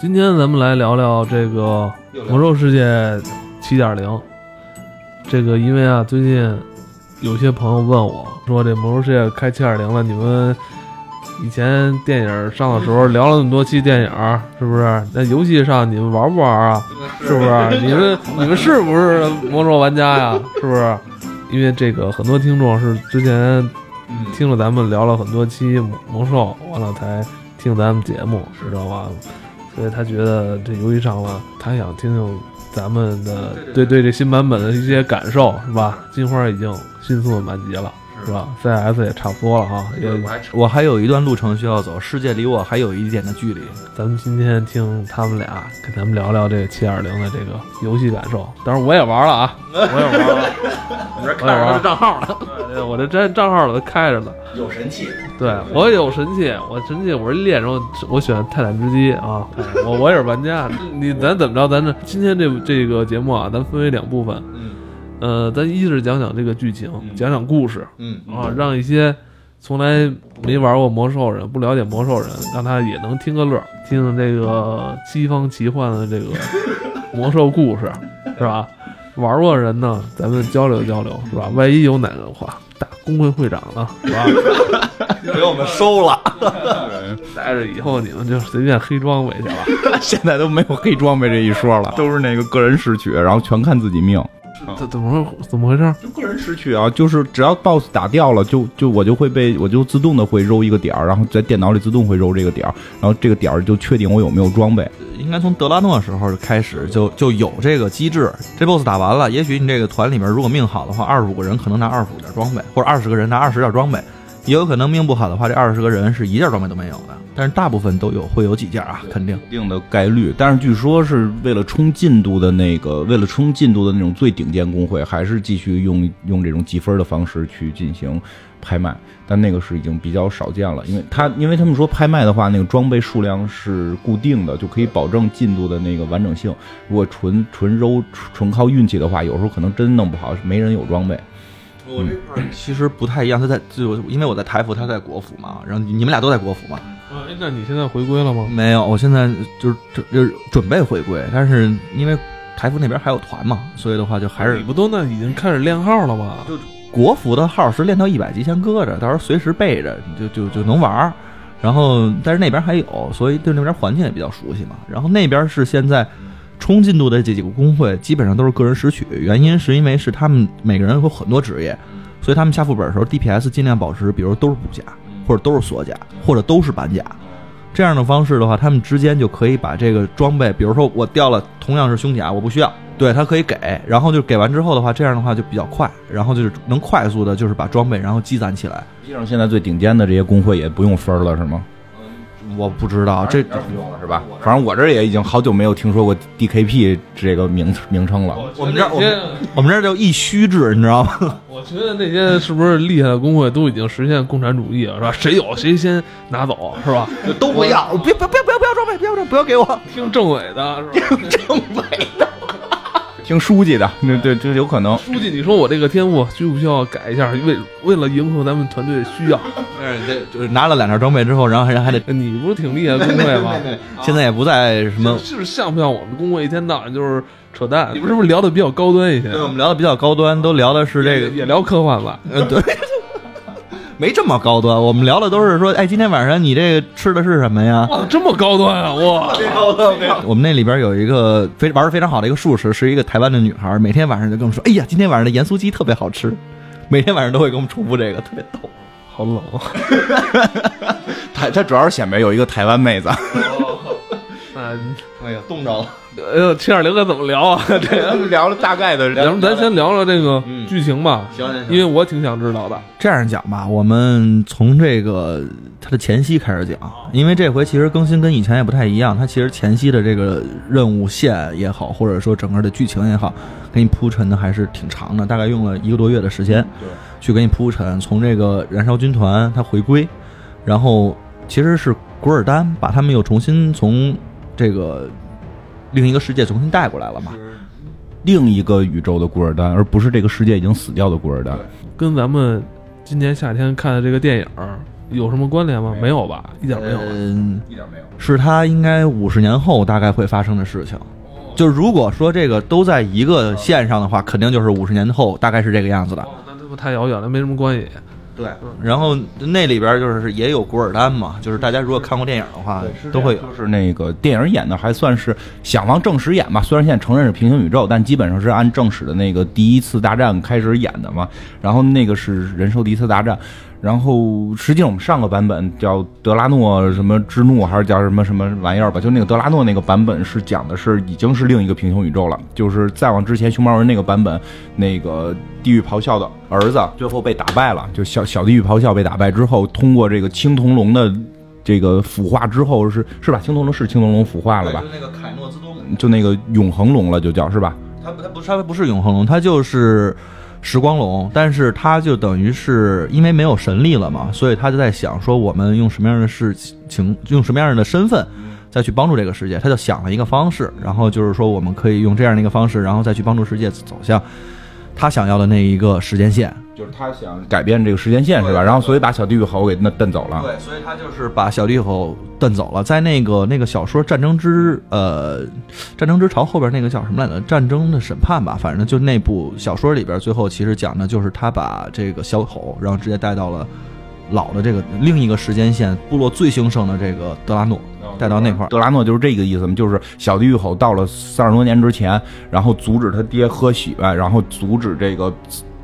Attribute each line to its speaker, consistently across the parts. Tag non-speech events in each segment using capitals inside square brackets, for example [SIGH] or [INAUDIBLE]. Speaker 1: 今天咱们来聊聊这个
Speaker 2: 又聊
Speaker 1: 《魔兽世界七点零》。这个因为啊，最近有些朋友问我说，这《魔兽世界》开七点零了，你们以前电影上的时候聊了那么多期电影，是不是？那游戏上你们玩不玩啊？是
Speaker 2: [LAUGHS]
Speaker 1: 不是？你们你们是不是魔兽玩家呀？是不是？因为这个很多听众是之前
Speaker 2: 嗯，
Speaker 1: 听了咱们聊了很多期魔魔兽，完了才听咱们节目，知道吧？所以他觉得这游戏上了，他想听听咱们的对
Speaker 2: 对对对
Speaker 1: 对这新版本的一些感受，是吧？金花已经迅速地满级了，是吧？CS 也差不多了哈，也
Speaker 2: 我还
Speaker 3: 我还有一段路程需要走，世界离我还有一点的距离。
Speaker 1: 咱们今天听他们俩跟咱们聊聊这七点零的这个游戏感受。当然我也玩了啊，我也玩了，
Speaker 2: 我这
Speaker 1: 我也
Speaker 4: 哎 [LAUGHS]
Speaker 1: 玩了，
Speaker 3: 账号了，
Speaker 1: [LAUGHS] 对我这真账号都开着呢。
Speaker 2: 有神器，
Speaker 1: 对我有神器，我神器我是猎人，我我选泰坦之击啊，我我也是玩家。你咱怎么着？咱这今天这这个节目啊，咱分为两部分，
Speaker 2: 嗯
Speaker 1: 呃，咱一是讲讲这个剧情，
Speaker 2: 嗯
Speaker 1: 讲讲故事
Speaker 2: 嗯 [LAUGHS]
Speaker 1: 啊，让一些从来没玩过魔兽人、不了解魔兽人，让他也能听个乐儿，听听这个西方奇幻的这个 [LAUGHS] 魔兽故事，是吧？玩过人呢，咱们交流交流，是吧？万一有哪个话大工会会长呢，是吧？
Speaker 3: 给我们收了，
Speaker 1: 带着以后你们就随便黑装备去吧。
Speaker 4: 现在都没有黑装备这一说
Speaker 2: [LAUGHS]
Speaker 4: 了，都是那个个人失去，然后全看自己命。
Speaker 1: [LAUGHS] 怎怎么怎么回事？
Speaker 4: 就个人失去啊，就是只要 BOSS 打掉了，就就我就会被我就自动的会揉一个点儿，然后在电脑里自动会揉这个点儿，然后这个点儿就确定我有没有装备。
Speaker 3: 应该从德拉诺时候就开始就就有这个机制。这 BOSS 打完了，也许你这个团里面如果命好的话，二十五个人可能拿二十五件装备，或者二十个人拿二十件装备，也有可能命不好的话，这二十个人是一件装备都没有的。但是大部分都有，会有几件啊，肯定。
Speaker 4: 一定的概率，但是据说是为了冲进度的那个，为了冲进度的那种最顶尖工会，还是继续用用这种积分的方式去进行拍卖，但那个是已经比较少见了，因为他因为他们说拍卖的话，那个装备数量是固定的，就可以保证进度的那个完整性。如果纯纯揉纯靠运气的话，有时候可能真弄不好没人有装备。
Speaker 2: 我这块儿
Speaker 3: 其实不太一样，他在就因为我在台服，他在国服嘛，然后你们俩都在国服嘛，
Speaker 1: 哎，那你现在回归了吗？
Speaker 3: 没有，我现在就是就是准备回归，但是因为台服那边还有团嘛，所以的话就还是
Speaker 1: 你不都那已经开始练号了吗？
Speaker 3: 国服的号是练到一百级先搁着，到时候随时备着，你就就就能玩儿。然后，但是那边还有，所以对那边环境也比较熟悉嘛。然后那边是现在冲进度的这几个工会，基本上都是个人拾取，原因是因为是他们每个人有很多职业，所以他们下副本的时候 DPS 尽量保持，比如都是补甲，或者都是锁甲，或者都是板甲。这样的方式的话，他们之间就可以把这个装备，比如说我掉了同样是胸甲，我不需要，对他可以给，然后就给完之后的话，这样的话就比较快，然后就是能快速的，就是把装备然后积攒起来。
Speaker 4: 实际上现在最顶尖的这些工会也不用分了，是吗？
Speaker 3: 我不知道这
Speaker 4: 这不用了是吧？反正我这儿也已经好久没有听说过 DKP 这个名名称了。
Speaker 3: 我们这儿我
Speaker 1: 觉
Speaker 3: 们
Speaker 1: 得
Speaker 3: 我们这儿叫一虚制，你知道吗？
Speaker 1: 我觉得那些是不是厉害的工会都已经实现共产主义了，是吧？谁有谁先拿走，是吧？
Speaker 3: 都不要，别别别不要不要装备，不要装备，不要给我。
Speaker 1: 听政委的，是 [LAUGHS] 吧？
Speaker 4: 听书记的，那对，这有可能。
Speaker 1: 书记，你说我这个天赋需不需要改一下？为为了迎合咱们团队的需要，
Speaker 3: 这哎就是拿了两件装备之后，然后人还得，
Speaker 1: 你不是挺厉害的工会 [LAUGHS] 吗？
Speaker 3: 现在也不在什么。
Speaker 1: 就是像不像我们工会一天到晚就是扯淡？你们是不是聊的比较高端一些？
Speaker 3: 对，我们聊的比较高端，都聊的是这个
Speaker 1: 也也聊科幻吧？
Speaker 3: 呃，对， [LAUGHS] 没这么高端。我们聊的都是说，哎，今天晚上你这个吃的是什么呀？
Speaker 1: 哇，这么高端啊！哇，
Speaker 3: 我们那里边有一个非玩的非常好的一个术士，是一个台湾的女孩，每天晚上就跟我们说，哎呀，今天晚上的盐酥鸡特别好吃，每天晚上都会给我们重复这个，特别逗。
Speaker 1: 好冷。啊
Speaker 4: 他他主要是显摆有一个台湾妹子， [LAUGHS]
Speaker 1: 那
Speaker 3: 哎呀，冻着了。
Speaker 1: 哎呦，七点零该怎么聊啊？这，
Speaker 4: 聊了大概的，
Speaker 1: 咱们咱先聊聊这个
Speaker 3: 嗯
Speaker 1: 剧情吧，
Speaker 3: 行行
Speaker 1: 因为我挺想知道的。
Speaker 3: 这样讲吧，我们从这个它的前夕开始讲，因为这回其实更新跟以前也不太一样，它其实前夕的这个任务线也好，或者说整个的剧情也好，给你铺陈的还是挺长的，大概用了一个多月的时间，
Speaker 4: 对，
Speaker 3: 去给你铺陈，从这个燃烧军团它回归，然后其实是古尔丹把他们又重新从这个另一个世界重新带过来了嘛。
Speaker 4: 另一个宇宙的古尔丹，而不是这个世界已经死掉的古尔丹。
Speaker 1: 跟咱们今年夏天看的这个电影儿有什么关联吗？没有吧，一点没有吧。啊
Speaker 3: 嗯，
Speaker 4: 一点没有。
Speaker 3: 是他应该五十年后大概会发生的事情。就是如果说这个都在一个线上的话，肯定就是五十年后大概是这个样子的。
Speaker 1: 哦，那这不太遥远了，没什么关系。
Speaker 3: 对，然后那里边就是也有古尔丹嘛，就是大家如果看过电影的话，都会有。
Speaker 4: 就是那个电影演的还算是想往正史演吧，虽然现在承认是平行宇宙，但基本上是按正史的那个第一次大战开始演的嘛。然后那个是人兽第一次大战，然后实际上我们上个版本叫德拉诺什么之怒还是叫什么什么玩意儿吧，就那个德拉诺那个版本是讲的是已经是另一个平行宇宙了，就是再往之前熊猫人那个版本，那个地狱咆哮的儿子最后被打败了，就小小地狱咆哮被打败之后，通过这个青铜龙的。这个腐化之后是是吧？青铜龙是青铜龙腐化了吧？
Speaker 3: 那个凯诺兹多姆，
Speaker 4: 就那个永恒龙了，就叫是吧？
Speaker 3: 它不它不是它不是永恒龙，它就是时光龙，但是它就等于是因为没有神力了嘛，所以他就在想说我们用什么样的事情，用什么样的身份。再去帮助这个世界，他就想了一个方式，然后就是说我们可以用这样的一个方式，然后再去帮助世界走向他想要的那一个时间线。
Speaker 4: 就是他想改变这个时间线是吧？
Speaker 3: 对
Speaker 4: 然后所以把小地狱猴给那蹬走了。
Speaker 3: 对，所以他就是啊把小绿猴蹬走了。在那个那个小说《战争之呃战争之潮》后边那个叫什么来着，《战争的审判》吧，反正就那部小说里边，最后其实讲的就是他把这个小猴，然后直接带到了老的这个另一个时间线，部落最兴盛的这个德拉诺，带到那块儿。
Speaker 4: 德拉诺就是这个意思嘛，就是小地狱吼到了三十多年之前，然后阻止他爹喝血，然后阻止这个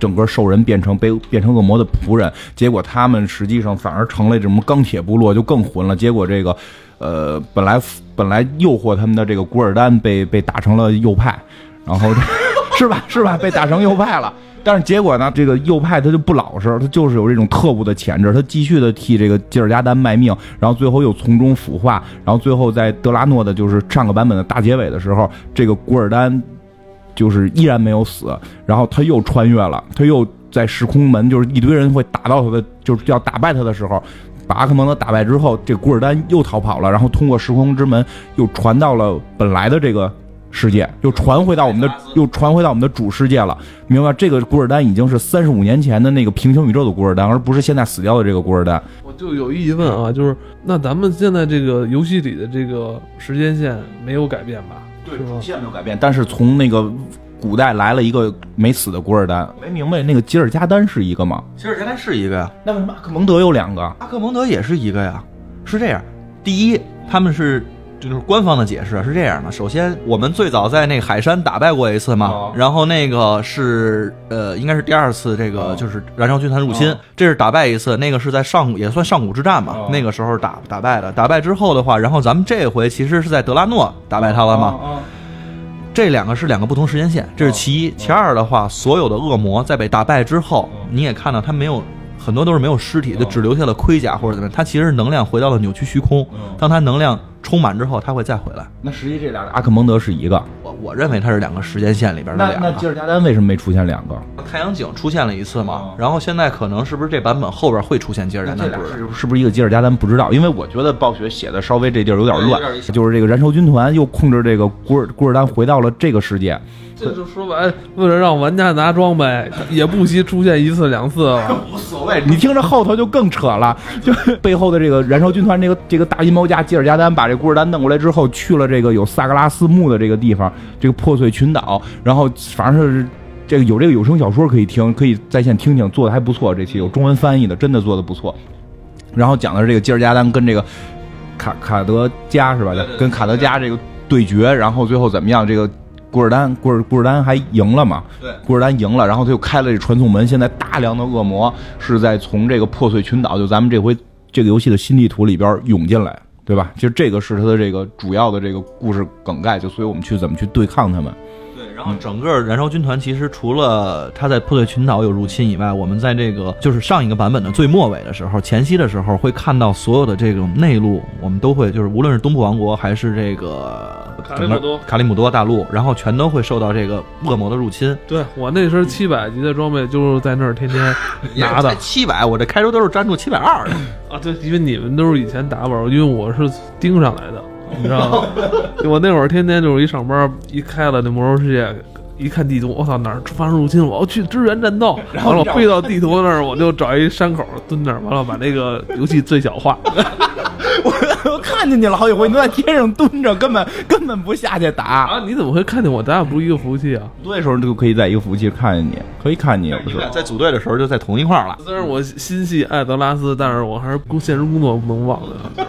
Speaker 4: 整个兽人变成被变成恶魔的仆人，结果他们实际上反而成了这种钢铁部落，就更混了。结果这个呃，本来本来诱惑他们的这个古尔丹被被打成了右派，然后这 [LAUGHS] 是吧是吧被打成右派了。但是结果呢，这个右派他就不老实，他就是有这种特务的潜质，他继续的替这个吉尔加丹卖命，然后最后又从中腐化，然后最后在德拉诺的就是上个版本的大结尾的时候，这个古尔丹就是依然没有死，然后他又穿越了，他又在时空门，就是一堆人会打到他的，就是要打败他的时候。把阿克蒙德打败之后，这古尔丹又逃跑了，然后通过时空之门又传到了本来的这个世界，又传回到我们的，又传回到我们的主世界了。明白，这个古尔丹已经是三十五年前的那个平行宇宙的古尔丹，而不是现在死掉的这个古尔丹。
Speaker 1: 我就有一疑问啊，就是那咱们现在这个游戏里的这个时间线没有改变吧？是吗？
Speaker 4: 现在没有改变，但是从那个古代来了一个没死的古尔丹。没明白那个吉尔加丹是一个吗？
Speaker 3: 其实原来是一个呀，
Speaker 4: 那为什么阿克蒙德有两个？
Speaker 3: 阿克蒙德也是一个呀，是这样。第一，他们是这就是官方的解释是这样的：首先，我们最早在那个海山打败过一次嘛，
Speaker 4: 哦
Speaker 3: 然后那个是呃，应该是第二次这个
Speaker 4: 哦
Speaker 3: 就是燃烧军团入侵，
Speaker 4: 哦
Speaker 3: 这是打败一次，那个是在上古也算上古之战吧，
Speaker 4: 哦
Speaker 3: 那个时候打打败的。打败之后的话，然后咱们这回其实是在德拉诺打败他了嘛，
Speaker 4: 哦
Speaker 3: 这两个是两个不同时间线，这是其一。其二的话，所有的恶魔在被打败之后，你也看到他没有很多都是没有尸体，就只留下了盔甲或者怎么样。他其实能量回到了扭曲虚空，当他能量充满之后，他会再回来。
Speaker 4: 那实际这俩阿克蒙德是一个。
Speaker 3: 我我认为它是两个时间线里边的
Speaker 4: 那
Speaker 3: 俩
Speaker 4: 那吉尔加丹为什么没出现两个？
Speaker 3: 啊。太阳井出现了一次嘛，然后现在可能是不是这版本后边会出现吉尔加丹？不是，
Speaker 4: 是是不是一个吉尔加丹不知道，因为我觉得暴雪写的稍微这地儿有点乱
Speaker 3: 对有点，
Speaker 4: 就是这个燃烧军团又控制这个古尔古尔丹回到了这个世界，
Speaker 1: 这就说白，了，为了让玩家拿装备，也不惜出现一次两次啊吧。
Speaker 4: 无所谓。你听着后头就更扯了， [LAUGHS] 就是背后的这个燃烧军团这个这个大阴谋家吉尔加丹把这古尔丹弄过来之后，去了这个有萨格拉斯墓的这个地方，这个破碎群岛，然后反正是。这个有这个有声小说可以听，可以在线听听，做的还不错。这期有中文翻译的，真的做的不错。然后讲的是这个吉尔加丹跟这个卡卡德加是吧？跟卡德加这个对决，然后最后怎么样？这个古尔丹古尔古尔丹还赢了嘛？
Speaker 3: 对
Speaker 4: 古尔丹赢了，然后他又开了这传送门。现在大量的恶魔是在从这个破碎群岛，就咱们这回这个游戏的新地图里边涌进来，对吧？其实这个是它的这个主要的这个故事梗概，就所以我们去怎么去对抗他们。
Speaker 3: 对。然后嗯整个燃烧军团其实除了他在破碎群岛有入侵以外，我们在这个就是上一个版本的最末尾的时候，前期的时候会看到所有的这种内陆，我们都会就是无论是东部王国还是这个
Speaker 1: 卡利
Speaker 3: 整
Speaker 1: 姆多
Speaker 3: 个卡利姆多大陆，然后全都会受到这个恶魔的入侵。
Speaker 1: 对我那身七百级的装备就是在那儿天天拿的
Speaker 3: 七百，我这开头都是粘住七百
Speaker 4: [LAUGHS]
Speaker 3: 二的。
Speaker 1: 啊，对，因为你们都是以前打本儿，因为我是盯上来的，你知 [LAUGHS] 道吗？我那会儿天天就是一上班一开了那魔兽世界。一看地图，我操，哪儿发生入侵了？我要去支援战斗。然后我飞到地图那儿，我就找一山口蹲那儿，完了把那个游戏最小化。 [LAUGHS]
Speaker 5: 我看见你了好几回，你都在天上蹲着，根本根本不下去打。
Speaker 1: 啊，你怎么会看见我？咱俩不是一个服务器啊？
Speaker 4: 多的时候就可以在一个服务器看见你，可以看见你，不是？
Speaker 3: 在组队的时候就在同一块儿了。
Speaker 1: 虽然我心系艾泽拉斯，但是我还是工现实工作不能忘的。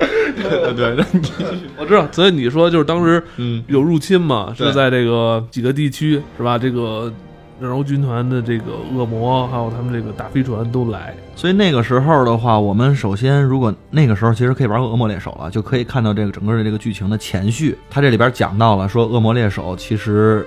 Speaker 3: 对对对，
Speaker 1: [LAUGHS] 我知道，所以你说就是当时
Speaker 3: 嗯
Speaker 1: 有入侵嘛，
Speaker 3: 对
Speaker 1: 是在这个几个地区是吧？这个燃烧军团的这个恶魔，还有他们这个大飞船都来。
Speaker 3: 所以那个时候的话，我们首先如果那个时候其实可以玩《恶魔猎手》了，就可以看到这个整个的这个剧情的前序。它这里边讲到了说，恶魔猎手其实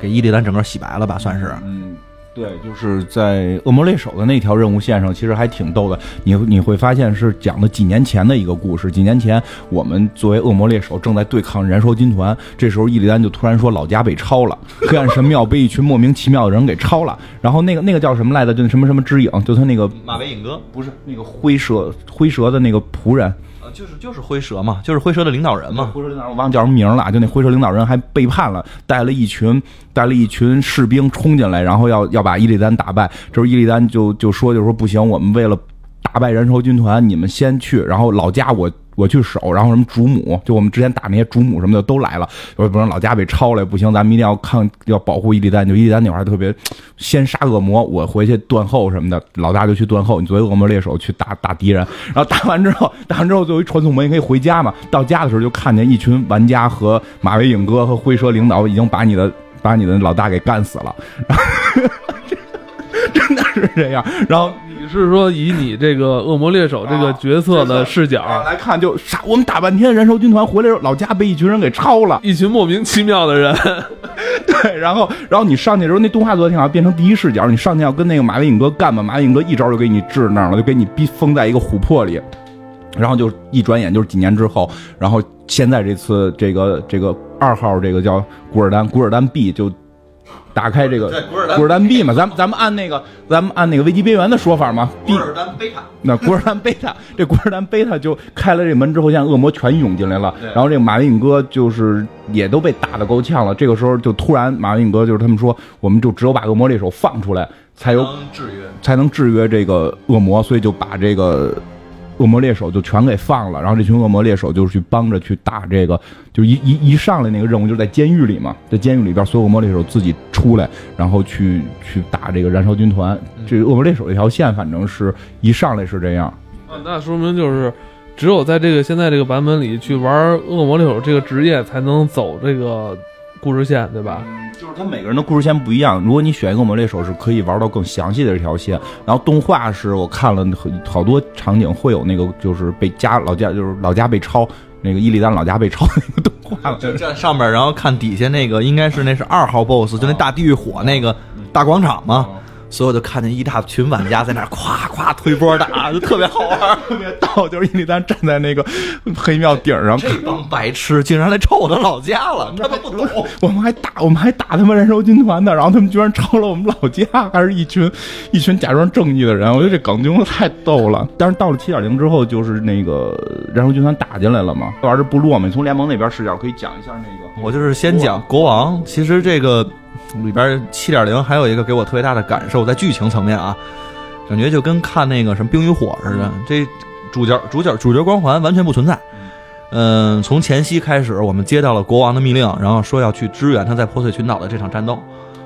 Speaker 3: 给伊利丹整个洗白了吧，算是。
Speaker 4: 嗯，对，就是在恶魔猎手的那条任务线上，其实还挺逗的。你你会发现是讲的几年前的一个故事。几年前，我们作为恶魔猎手正在对抗燃烧军团，这时候伊利丹就突然说老家被抄了， [LAUGHS] 黑暗神庙被一群莫名其妙的人给抄了。然后那个那个叫什么来着？就什么什么之影，就他那个
Speaker 3: 马尾影哥
Speaker 4: 不是那个灰蛇灰蛇的那个仆人，
Speaker 3: 呃，就是就是灰蛇嘛，就是灰蛇的领导人嘛。
Speaker 4: 灰蛇领导人我忘了叫什么名儿了，就那灰蛇领导人还背叛了，带了一群带了一群士兵冲进来，然后要要把伊利丹打败。这时候伊利丹就就说就说不行，我们为了打败燃烧军团，你们先去，然后老家我。我去守，然后什么主母，就我们之前打那些主母什么的都来了，我不能老家被抄来，不行，咱们一定要抗，要保护伊利丹。就伊利丹那会儿还特别，先杀恶魔，我回去断后什么的，老大就去断后，你作为恶魔猎手去打打敌人，然后打完之后，打完之后作为传送门你可以回家嘛。到家的时候就看见一群玩家和马尾影哥和灰蛇领导已经把你的把你的老大给干死了，真的是这样。然后
Speaker 1: 你是说以你这个恶魔猎手这
Speaker 3: 啊
Speaker 1: 个角色的视角，
Speaker 4: 来看就杀，我们打半天燃烧军团回来，老家被一群人给抄了。
Speaker 1: 一群莫名其妙的
Speaker 3: [LAUGHS]
Speaker 1: 人，
Speaker 4: [LAUGHS] 对，然后然后你上去的时候，那动画做的挺好，变成第一视角，你上去要跟那个马尾影哥干吧，马尾影哥一招就给你治那儿了，就给你逼封在一个琥珀里，然后就一转眼就是几年之后，然后现在这次这个这个二号这个叫古尔丹古尔丹 B 就。打开这个古尔丹 B 嘛，咱们咱们按那个咱们按那个危机边缘的说法嘛，B
Speaker 2: 丹贝塔，
Speaker 4: [LAUGHS] 那古尔丹贝塔，这古尔丹贝塔就开了这门之后，现在恶魔全涌进来了。然后这个马云哥就是也都被打得够呛了。这个时候就突然马云哥就是他们说，我们就只有把恶魔这手放出来，才有
Speaker 3: 制约。
Speaker 4: 才能制约这个恶魔，所以就把这个恶魔猎手就全给放了。然后这群恶魔猎手就是去帮着去打这个，就一一一上来那个任务就是在监狱里嘛，在监狱里边，所有恶魔猎手自己出来，然后去去打这个燃烧军团。这个恶魔猎手这条线，反正是一上来是这样。
Speaker 1: 啊那说明就是。只有在这个现在这个版本里去玩恶魔猎手这个职业，才能走这个故事线，对吧？
Speaker 4: 就是他每个人的故事线不一样，如果你选一个恶魔猎手，是可以玩到更详细的这条线。然后动画是我看了很好多场景会有那个就是被家老家就是老家被抄那个伊利丹老家被抄那个动画了。
Speaker 3: 就站上面，然后看底下那个应该是那是二号 boss，就那大地狱火那个大广场嘛，所以我就看见一大群玩家在那儿夸夸推波打，就特别好玩。
Speaker 4: 特别逗，就是伊利丹站在那个黑庙顶上，
Speaker 3: [LAUGHS] 这帮白痴竟然来臭我的老家了，他们不懂。
Speaker 4: 我们还打我们还打他们燃烧军团呢，然后他们居然抄了我们老家，还是一群一群假装正义的人，我觉得这梗用的太逗了。但是到了七点零之后，就是那个燃烧军团打进来了嘛，玩的部落嘛，你从联盟那边视角可以讲一下那个。
Speaker 3: 我就是先讲国王，其实这个里边七点零还有一个给我特别大的感受，在剧情层面啊，感觉就跟看那个什么《冰与火》似的，这主角主角主角光环完全不存在。嗯，从前夕开始，我们接到了国王的密令，然后说要去支援他在破碎群岛的这场战斗。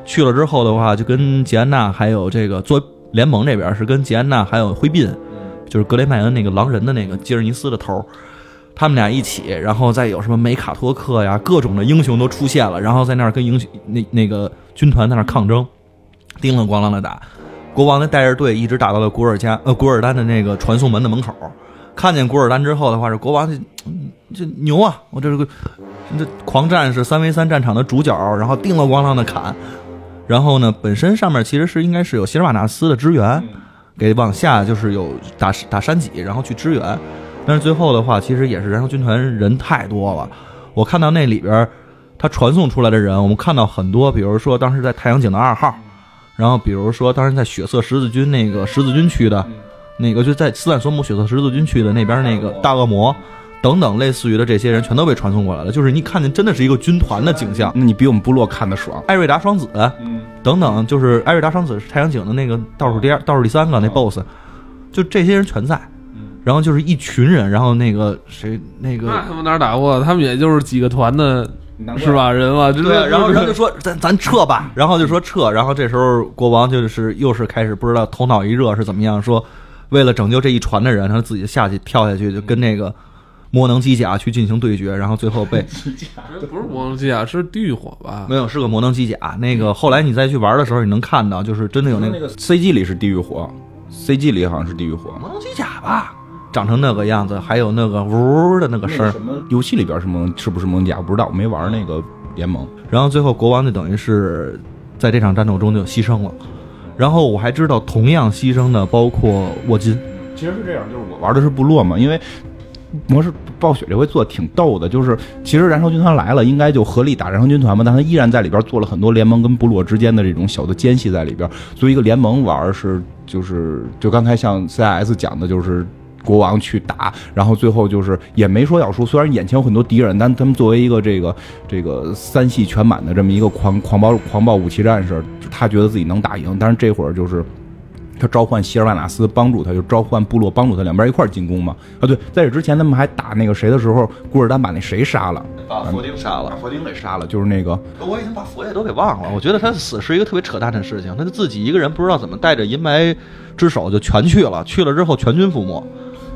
Speaker 3: 去了之后的话，就跟吉安娜还有这个做联盟这边是跟吉安娜还有灰鬓，
Speaker 4: 啊
Speaker 3: 就是格雷迈恩那个狼人的那个吉尔尼斯的头儿，他们俩一起，然后再有什么梅卡托克呀，各种的英雄都出现了，然后在那儿跟英雄那那个军团在那儿抗争，叮了咣啷的打。国王呢带着队一直打到了古尔加呃古尔丹的那个传送门的门口，看见古尔丹之后的话，这国王就嗯这牛啊，我这是个这狂战士三 v 三战场的主角，然后叮了咣啷的砍，然后呢，本身上面其实是应该是有席尔瓦纳斯的支援，给往下就是有打打山脊，然后去支援，但是最后的话，其实也是燃烧军团人太多了，我看到那里边儿他传送出来的人，我们看到很多，比如说当时在太阳井的二号，然后比如说当时在血色十字军那个十字军区的，那个就在斯坦索姆血色十字军区的那边那个大恶魔。等等，类似于的这些人全都被传送过来了，就是你看见真的是一个军团的景象。
Speaker 4: 啊那你比我们部落看的爽。
Speaker 3: 艾瑞达双子，等等，就是艾瑞达双子是太阳井的那个倒数第二、倒数第三个那 BOSS，就这些人全在，然后就是一群人，然后那个谁那个
Speaker 1: 那他们哪儿打过？啊他们也就是几个团的，是吧？人吧，真的
Speaker 3: 对，然后他就说咱咱撤吧，然后就说撤，然后这时候国王就是又是开始不知道头脑一热是怎么样，说为了拯救这一船的人，他自己下去跳下去，就跟那个魔能机甲去进行对决，然后最后被
Speaker 1: 不是魔龙机啊，是地狱火吧？
Speaker 3: 没有是个魔能机甲。那个后来你再去玩的时候，你能看到就是真的有那个
Speaker 4: CG 里是地狱火，CG 里好像是地狱火。
Speaker 3: 魔能机甲吧，长成那个样子，还有那个呜的那个声儿。
Speaker 4: 么游戏里边是蒙是不是蒙甲？不知道，我没玩那个联盟。
Speaker 3: 然后最后国王就等于是在这场战斗中就牺牲了。然后我还知道，同样牺牲的包括沃金。
Speaker 4: 其实是这样，就是我玩的是部落嘛，因为模式暴雪这回做得挺逗的，就是其实燃烧军团来了，应该就合力打燃烧军团嘛，但他依然在里边做了很多联盟跟部落之间的这种小的间隙在里边。作为一个联盟玩是就是就刚才像 CIS 讲的，就是。国王去打，然后最后就是也没说要输。虽然眼前有很多敌人，但他们作为一个这个这个三系全满的这么一个狂狂暴狂暴武器战士，他觉得自己能打赢。但是这会儿就是他召唤希尔瓦纳斯帮助他，就召唤部落帮助他，两边一块儿进攻嘛。啊，对，在这之前他们还打那个谁的时候，古尔丹把那谁杀了，
Speaker 3: 把佛丁杀了，
Speaker 4: 佛丁给杀了，就是那个
Speaker 3: 我已经把佛爷都给忘了。我觉得他死是一个特别扯淡的事情，他就自己一个人不知道怎么带着银白之手就全去了，去了之后全军覆没。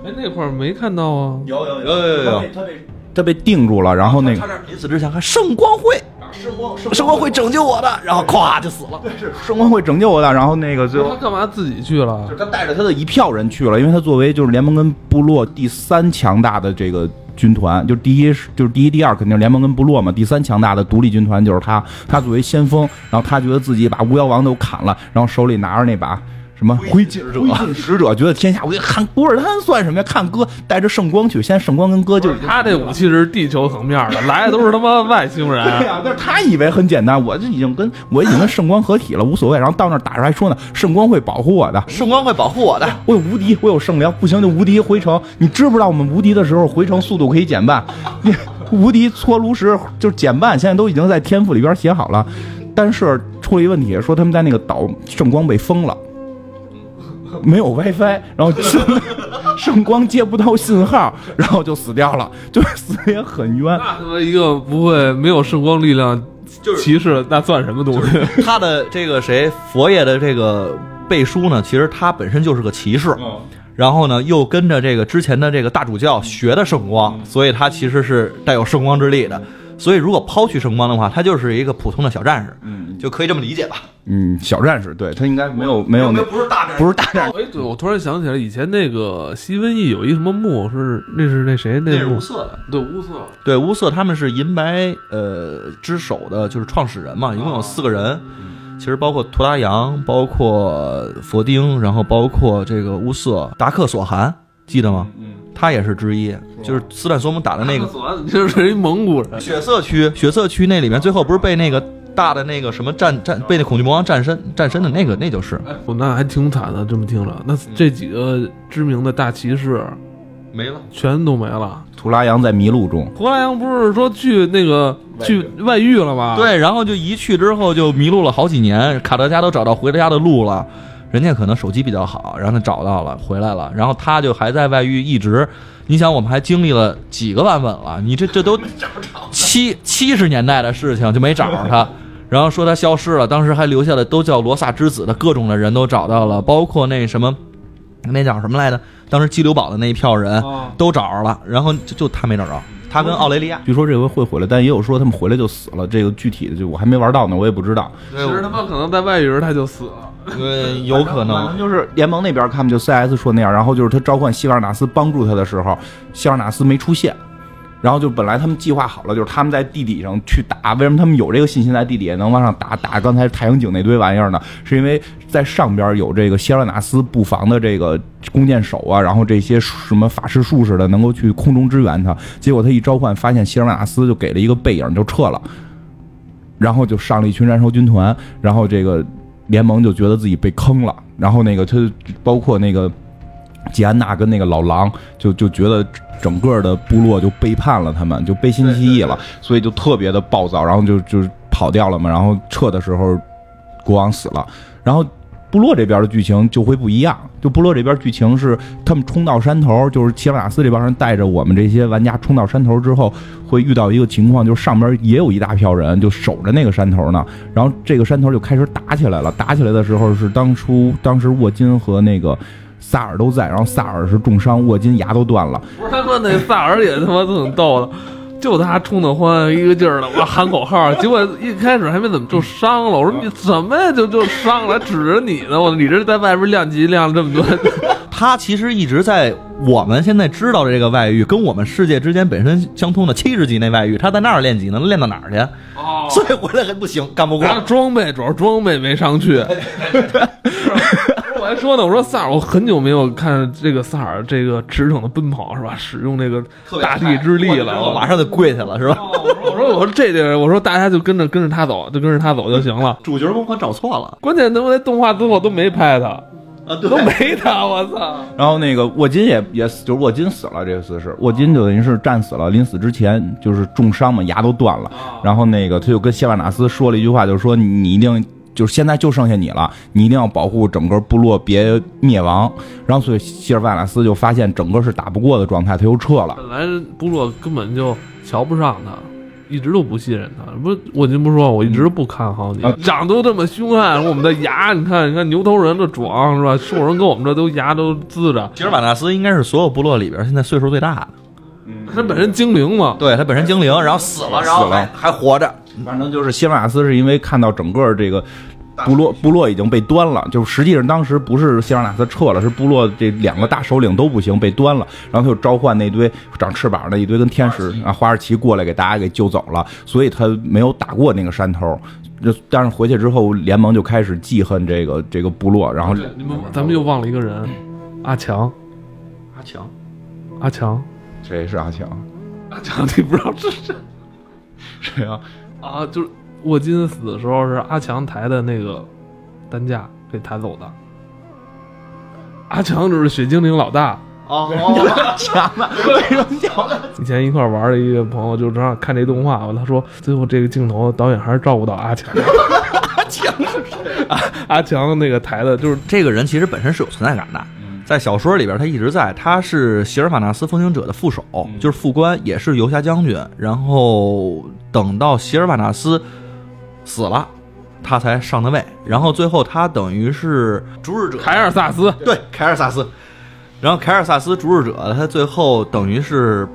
Speaker 1: 哎，那块儿没看到啊。
Speaker 2: 有有
Speaker 3: 有有有有
Speaker 2: 他被
Speaker 4: 他被定住了，然后那个
Speaker 3: 差点临死之前还圣光会，
Speaker 2: 圣光
Speaker 3: 啊圣光会拯救我的，然后咵就死了。
Speaker 4: 圣光会拯救我的，然后那个最后
Speaker 1: 他干嘛自己去了？
Speaker 4: 他带着他的一票人去了，因为他作为就是联盟跟部落第三强大的这个军团，就是第一是就是第一第二肯定是联盟跟部落嘛，第三强大的独立军团就是他，他作为先锋，然后他觉得自己把巫妖王都砍了，然后手里拿着那把。什 [LAUGHS] 么灰烬者？灰烬使者觉得天下无敌，看古尔丹算什么呀？看哥带着圣光去，现在圣光跟哥就
Speaker 1: 就是是他这武器是地球层面的，来的都是他妈外星人。啊
Speaker 3: [LAUGHS]
Speaker 4: 对呀、但是他以为很简单，我就已经跟我已经跟圣光合体了，无所谓。然后到那儿打着还说呢，圣光会保护我的，
Speaker 3: 圣光会保护我的，
Speaker 4: 我有无敌，我有圣灵，不行就无敌回城。你知不知道我们无敌的时候回城速度可以减半？你 [LAUGHS] 无敌搓炉石就是减半，现在都已经在天赋里边写好了。但是出了一问题，说他们在那个岛圣光被封了，没有 WiFi，然后圣 [LAUGHS] 圣光接不到信号，然后就死掉了，就是死得也很冤。
Speaker 1: 那他妈一个不会没有圣光力量骑士，那算什么东西？
Speaker 3: [LAUGHS] 他的这个谁佛爷的这个背书呢，其实他本身就是个骑士，然后呢又跟着这个之前的这个大主教学的圣光，所以他其实是带有圣光之力的。所以如果抛去圣光的话，他就是一个普通的小战士，嗯，就可以这么理解吧。
Speaker 4: 嗯，小战士，对他应该没有没有那
Speaker 3: 不是大战士，
Speaker 4: 不是大战
Speaker 1: [LAUGHS]
Speaker 4: 士，
Speaker 1: 哎，对，我突然想起来，以前那个西瘟疫有一什么墓是那是那谁
Speaker 3: 那
Speaker 1: 那
Speaker 3: 是
Speaker 1: 墓
Speaker 3: 无色的。
Speaker 1: 对乌瑟，
Speaker 3: 对，乌瑟他们是银白呃之手的，就是创始人嘛，一共有四个人，其实包括图拉扬，包括佛丁，然后包括这个乌瑟达克索汗，记得吗？他嗯也是之一，就是斯坦索姆打的那个
Speaker 1: 索就是一蒙古人，
Speaker 3: 血色区，血色区那里面最后不是被那个大的那个什么战战被那恐惧魔王战身战身的那个，那就是
Speaker 1: 我哦那还挺惨的。这么听着，那这几个知名的大骑士
Speaker 3: 没了。
Speaker 1: 全都没了。
Speaker 4: 图拉扬在迷路中，
Speaker 1: 胡莱阳不是说去那个去外遇了吗？，
Speaker 3: 对，然后就一去之后就迷路了好几年，卡德加都找到回家的路了。人家可能手机比较好，然后他找到了，回来了，然后他就还在外遇，一直，你想我们还经历了几个版本了，你这这都 [LAUGHS] 七七十年代的事情就没找着他，然后说他消失了，当时还留下的都叫罗萨之子的各种的人都找到了，包括那什么，那叫什么来着？当时激流堡的那一票人
Speaker 1: 哦
Speaker 3: 都找着了，然后就就他没找着，他跟奥雷利亚。
Speaker 4: 据说这回会回来，但也有说他们回来就死了。这个具体的就我还没玩到呢，我也不知道。
Speaker 1: 其实他妈可能在外遇时他就死了。
Speaker 3: 对，有可
Speaker 4: 反正
Speaker 3: 能。
Speaker 4: 就是联盟那边看，就 CS 说那样，然后就是他召唤希尔纳斯帮助他的时候，希尔纳斯没出现，然后就本来他们计划好了，就是他们在地底上去打，为什么他们有这个信心在地底下能往上打打刚才太阳井那堆玩意儿呢？是因为在上边有这个希尔瓦纳斯布防的这个弓箭手啊，然后这些什么法师术士的能够去空中支援他。结果他一召唤，发现希尔瓦纳斯就给了一个背影就撤了，然后就上了一群燃烧军团，然后这个联盟就觉得自己被坑了，然后那个他包括那个。吉安娜跟那个老狼就就觉得整个的部落就背叛了他们，就背信弃义了，所以就特别的暴躁，然后就就跑掉了嘛。然后撤的时候，国王死了，然后部落这边的剧情就会不一样。就部落这边剧情是他们冲到山头，就是齐尔瓦纳斯这帮人带着我们这些玩家冲到山头之后，会遇到一个情况，就是上边也有一大票人就守着那个山头呢，然后这个山头就开始打起来了。打起来的时候是当初当时沃金和那个。萨尔都在，然后萨尔是重伤，沃金牙都断了，
Speaker 1: 不是他妈那萨尔也他妈挺逗的，就他冲的欢，一个劲儿的哇喊口号，结果一开始还没怎么就伤了。我说你怎么呀就就伤了，指着你呢？我说你这在外边亮级亮了这么多，
Speaker 3: 他其实一直在我们现在知道的这个外域，跟我们世界之间本身相通的七十级那外域，他在那儿练级能练到哪儿去？
Speaker 1: [LAUGHS] 哦
Speaker 3: 所以回来还不行，干不过
Speaker 1: 拿。着装备，主要装备没上去。 [LAUGHS] 我还说呢，我说萨尔，我很久没有看这个萨尔这个驰骋的奔跑是吧？使用这个大地之力了，
Speaker 3: 我哦马上就跪下了，是吧？
Speaker 1: 我说我说我说这个，我说大家就跟着跟着他走，就跟着他走就行了。
Speaker 3: 主角光环找错了
Speaker 1: 关键他妈那动画最后都没拍他，
Speaker 3: 啊！
Speaker 1: 都没他，我操！
Speaker 4: 然后那个沃金也也死就是沃金死了，这次是沃金就等于是战死了，临死之前就是重伤嘛，牙都断了。然后那个他就跟谢瓦纳斯说了一句话，就是说你你一定就是现在就剩下你了，你一定要保护整个部落别灭亡。然后所以谢尔瓦纳斯就发现整个是打不过的状态，他又撤了。
Speaker 1: 本来部落根本就瞧不上他，一直都不信任他。不，我就不说，我一直不看好你。长都这么凶悍，我们的牙，你看，你看牛头人的壮是吧？兽人跟我们这都牙都呲着，
Speaker 3: 吉尔瓦纳斯应该是所有部落里边现在岁数最大的，
Speaker 1: 他本身精灵嘛。
Speaker 3: 对他本身精灵，然后死了，然后
Speaker 4: 死了
Speaker 3: 还还活着，
Speaker 4: 反正就是谢瓦纳斯是因为看到整个这个部落部落已经被端了，就是实际上当时不是谢瓦纳斯撤了，是部落这两个大首领都不行被端了，然后他就召唤那堆长翅膀的一堆跟天使啊花尔奇过来给大家给救走了，所以他没有打过那个山头。就但是回去之后，联盟就开始记恨这个这个部落，然后
Speaker 1: 你们咱们又忘了一个人，阿强，
Speaker 3: 阿强，
Speaker 1: 阿强，
Speaker 4: 谁是阿强？
Speaker 1: 阿强，你不知道是谁
Speaker 4: 谁啊？
Speaker 1: 啊？就是沃金死的时候是阿强抬的那个担架给抬走的。阿强就是雪精灵老大， [LAUGHS] 以前一块儿玩的一个朋友，就正好看这动画，他说最后这个镜头导演还是照顾到阿强。阿强，阿强那个台的，就是
Speaker 3: 这个人其实本身是有存在感的，在小说里边他一直在，他是席尔瓦纳斯风行者的副手，就是副官，也是游侠将军。然后等到席尔瓦纳斯死了，他才上的位。然后最后他等于是逐日者，
Speaker 1: 凯尔萨斯，
Speaker 3: 对凯尔萨斯。然后凯尔萨斯逐日者，他最后等于是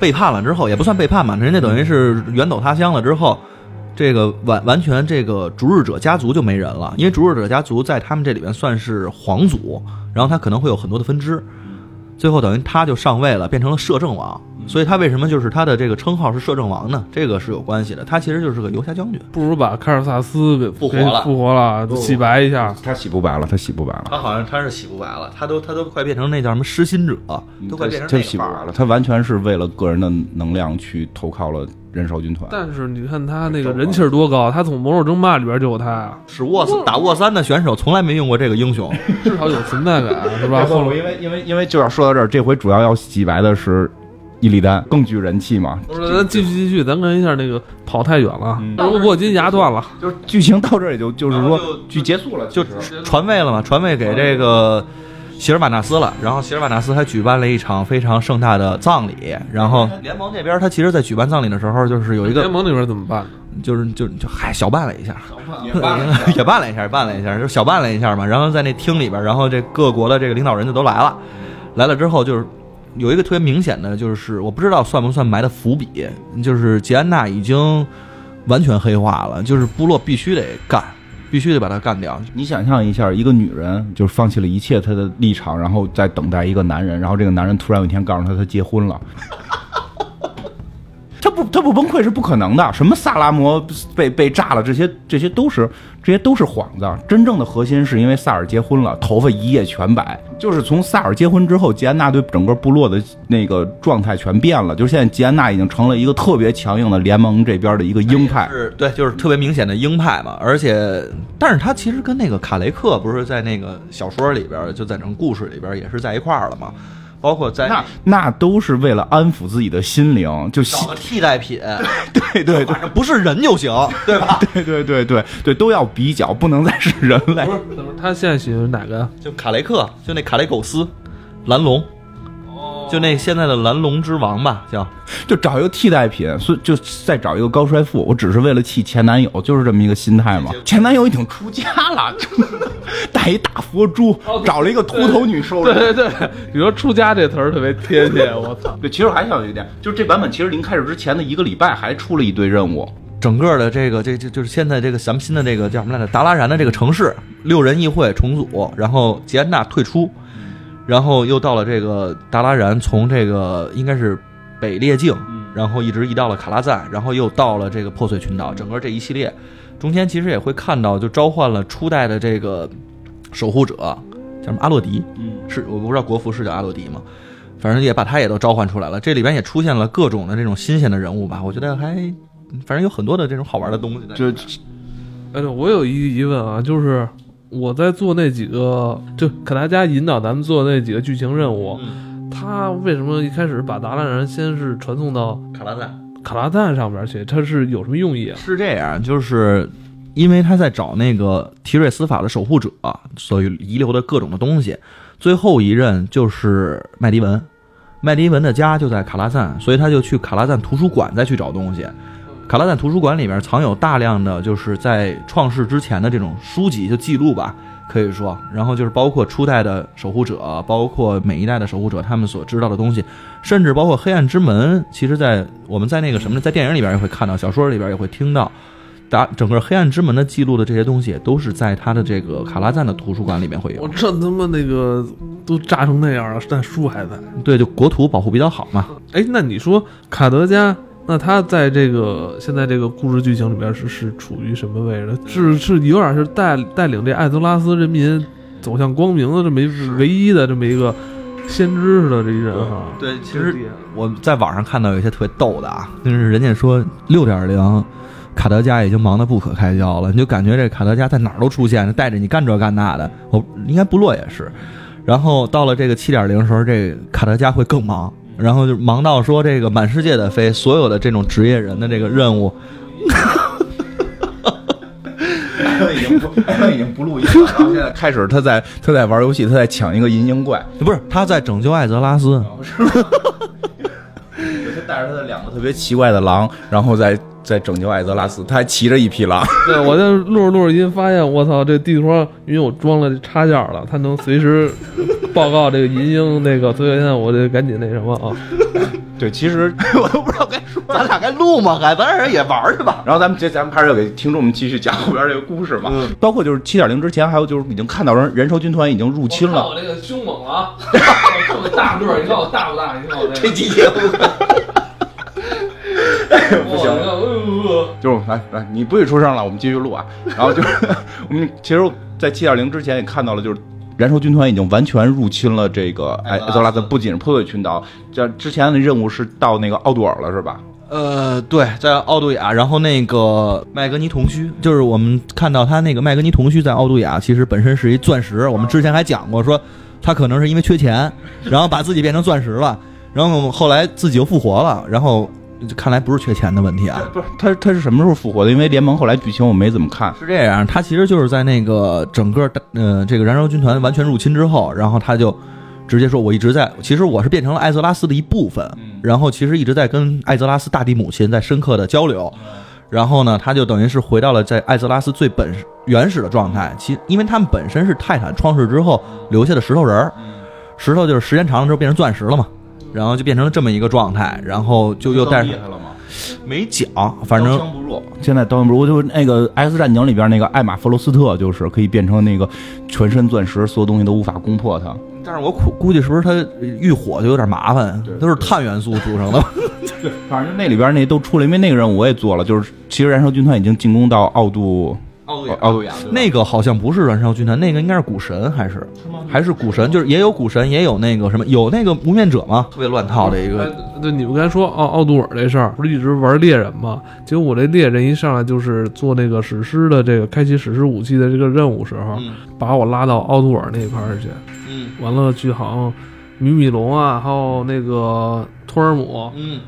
Speaker 3: 背叛了之后，也不算背叛吧，人家等于是远走他乡了之后，这个完完全这个逐日者家族就没人了，因为逐日者家族在他们这里边算是皇族，然后他可能会有很多的分支，最后等于他就上位了，变成了摄政王。所以他为什么就是他的这个称号是摄政王呢？这个是有关系的，他其实就是个游侠将军。
Speaker 1: 不如把凯尔萨斯给
Speaker 3: 复活
Speaker 1: 给
Speaker 3: 了
Speaker 1: 复活了，洗白一下。
Speaker 4: 他洗不白了，他洗不白了，
Speaker 3: 他好像他是洗不白了，他都他都快变成那叫什么失心者，都快变成
Speaker 4: 他
Speaker 3: 那
Speaker 4: 洗
Speaker 3: 个
Speaker 4: 不
Speaker 3: 范
Speaker 4: 白
Speaker 3: 儿了。
Speaker 4: 了，他完全是为了个人的能量去投靠了燃烧军团。
Speaker 1: 但是你看他那个人气儿多高，他从《魔兽争霸》里边就有他啊呀，
Speaker 3: 使沃斯打沃三的选手从来没用过这个英雄，
Speaker 1: 至少有存在感，是吧？
Speaker 4: 然
Speaker 1: 后
Speaker 4: 后因为因为因为就要说到这儿，这回主要要洗白的是伊利丹，更具人气嘛。
Speaker 1: 不是，咱继续继续，咱看一下那个跑太远了，沃金牙断了，
Speaker 4: 就是剧情到这儿也就就是
Speaker 3: 然后
Speaker 4: 说
Speaker 3: 就
Speaker 4: 剧结束了，
Speaker 3: 就
Speaker 4: 其实
Speaker 3: 传位了嘛，传位给这个席尔瓦纳斯了。然后席尔瓦纳斯还举办了一场非常盛大的葬礼。然后联盟这边他其实，在举办葬礼的时候，就是有一
Speaker 1: 联
Speaker 3: 个，
Speaker 1: 盟里边怎么办呢？
Speaker 3: 就是就就嗨，小办了一下， [LAUGHS] 也办了一下，办了一下，就小办了一下嘛。然后在那厅里边，然后这各国的这个领导人就都来了，来了之后就是。有一个特别明显的，就是我不知道算不算埋的伏笔，就是吉安娜已经完全黑化了，就是部落必须得干，必须得把他干掉，
Speaker 4: 你想象一下，一个女人就是放弃了一切她的立场， [LAUGHS] 然后在等待一个男人，然后这个男人突然有一天告诉她他结婚了。他不他不崩溃是不可能的。什么萨拉摩被被炸了，这些这些都是这些都是幌子。真正的核心是因为萨尔结婚了，头发一夜全白。就是从萨尔结婚之后，吉安娜对整个部落的那个状态全变了。就是现在吉安娜已经成了一个特别强硬的联盟这边的一个鹰派。
Speaker 3: 是对，就是特别明显的鹰派嘛，而且，但是他其实跟那个卡雷克不是在那个小说里边儿，就在整个故事里边儿也是在一块儿了嘛，包括在
Speaker 4: 那那都是为了安抚自己的心灵，就
Speaker 3: 找个替代品，
Speaker 4: [LAUGHS] 对对对
Speaker 3: 反正不是人就
Speaker 4: [LAUGHS]
Speaker 3: 行，对吧？
Speaker 4: 对对对对对，都要比较，不能再是人类
Speaker 1: 不。是，怎么他现在喜欢哪个呀？
Speaker 3: 就卡雷克，就那卡雷苟斯，蓝龙，就那现在的蓝龙之王吧，叫
Speaker 4: 就找一个替代品，所以就再找一个高帅富，我只是为了气前男友，就是这么一个心态嘛。前男友已经出家了，带一大佛珠，
Speaker 3: 哦
Speaker 4: 找了一个秃头女收
Speaker 1: 对
Speaker 4: 人。
Speaker 1: 对对，你说“出家”这词儿特别贴切，我操！
Speaker 4: 对，其实还想有一点，就是这版本其实临开始之前的一个礼拜还出了一堆任务，
Speaker 3: 整个的这个这这就是现在这个咱们新的这个叫什么来着？达拉然的这个城市，六人议会重组，然后吉安娜退出，然后又到了这个达拉然，从这个应该是北列境，然后一直移到了卡拉赞，然后又到了这个破碎群岛，整个这一系列中间其实也会看到，就召唤了初代的这个守护者，叫什么阿洛迪，是我不知道国服是叫阿洛迪吗？反正也把他也都召唤出来了，这里边也出现了各种的这种新鲜的人物吧，我觉得还反正有很多的这种好玩的东西在。
Speaker 4: 就
Speaker 1: 哎，对，我有一个疑问啊，就是我在做那几个，就可达加引导咱们做那几个剧情任务，他为什么一开始把达拉然先是传送到
Speaker 3: 卡拉赞
Speaker 1: 卡拉赞上边去？他是有什么用意啊？
Speaker 3: 是这样，就是因为他在找那个提瑞斯法的守护者，所以遗留的各种的东西。最后一任就是麦迪文，麦迪文的家就在卡拉赞，所以他就去卡拉赞图书馆再去找东西。卡拉赞图书馆里面藏有大量的就是在创世之前的这种书籍，就记录吧，可以说，然后就是包括初代的守护者，包括每一代的守护者他们所知道的东西，甚至包括黑暗之门，其实在我们在那个什么呢，在电影里边也会看到，小说里边也会听到。打整个黑暗之门的记录的这些东西，都是在他的这个卡拉赞的图书馆里面会有
Speaker 1: 我。这他妈那个都炸成那样了，但书还在。
Speaker 3: 对，就国土保护比较好嘛。
Speaker 1: 哎，那你说卡德加，那他在这个现在这个故事剧情里边是是处于什么位置？是是有点是带带领这艾泽拉斯人民走向光明的这么一唯一的这么一个先知似的这一人哈。
Speaker 3: 对，其实我在网上看到有一些特别逗的啊，就是人家说六点零，卡德加已经忙得不可开交了，你就感觉这卡德加在哪儿都出现，带着你干这干那的。我应该部落也是，然后到了这个七点零的时候，这卡德加会更忙，然后就忙到说这个满世界的飞，所有的这种职业人的这个任务，
Speaker 4: 已经不已经不录音了。然后现在开始他在他在玩游戏，他在抢一个银鹰怪，
Speaker 3: 不是他在拯救艾泽拉斯，
Speaker 4: 他带着他的两个特别奇怪的狼，然后在在拯救艾泽拉斯，他还骑着一匹狼。
Speaker 1: 对，我在录着录着音，发现我操，这地图上因为我装了这插件了，它能随时报告这个银鹰那个，所以现在我得赶紧那什么啊。
Speaker 4: [LAUGHS] 对，其实
Speaker 3: 我都不知道该说， [LAUGHS] 咱俩该录吗？还咱俩也玩去吧。
Speaker 4: 然后咱们接，咱们开始给听众们继续讲后边这个故事嘛。嗯包括就是七点零之前，还有就是已经看到人燃烧军团已经入侵了。
Speaker 1: 这个凶猛了啊！这么大个儿，你看我大不大？你看我这
Speaker 4: 几天不行，
Speaker 1: 行。
Speaker 4: [LAUGHS] 就是来来，你不许出声了，我们继续 [LAUGHS] 录啊。然后就是我们其实，在七点零之前也看到了，就是燃烧军团已经完全入侵了这个艾艾泽拉斯，不仅是破碎群岛，这之前的任务是到那个奥杜尔了，是吧？
Speaker 3: 呃，对，在奥杜雅，然后那个麦格尼铜须，就是我们看到他那个麦格尼铜须在奥杜雅其实本身是一钻石，我们之前还讲过说他可能是因为缺钱，然后把自己变成钻石了，然后后来自己又复活了，然后就看来不是缺钱的问题啊。
Speaker 4: 不是，他他是什么时候复活的？因为联盟后来剧情我没怎么看。
Speaker 3: 是这样，他其实就是在那个整个呃这个燃烧军团完全入侵之后，然后他就直接说：“我一直在，其实我是变成了艾泽拉斯的一部分，然后其实一直在跟艾泽拉斯大地母亲在深刻的交流。”然后呢，他就等于是回到了在艾泽拉斯最本原始的状态。其因为他们本身是泰坦创世之后留下的石头人儿，石头就是时间长了之后变成钻石了嘛，然后就变成了这么一个状态，然后就又带着
Speaker 4: 害了吗？
Speaker 3: 没讲，反
Speaker 4: 刀
Speaker 3: 正
Speaker 4: 枪不入。现在刀枪不入，就是那个《X 战警》里边那个艾玛·弗罗斯特，就是可以变成那个全身钻石，所有东西都无法攻破它。
Speaker 3: 但是我估估计是不是它遇火就有点麻烦，都 [LAUGHS] 是碳元素组成的。
Speaker 4: 反正那里边那都出来，因为那个任务我也做了，就是其实燃烧军团已经进攻到奥杜呃
Speaker 3: 奥
Speaker 4: 奥杜亚，
Speaker 3: 那个好像不是燃烧军团，那个应该是股神还是还是股神，就是也有股神，也有那个什么，有那个无面者嘛，特别乱套的一个。
Speaker 1: 哎对，你们刚才说奥奥杜尔这事儿，不是一直玩猎人吗？结果我这猎人一上来就是做那个史诗的这个开启史诗武器的这个任务时候，
Speaker 3: 嗯
Speaker 1: 把我拉到奥杜尔那一块儿去，
Speaker 3: 嗯
Speaker 1: 完了去好像米米龙啊，还有那个托尔姆，
Speaker 3: 嗯，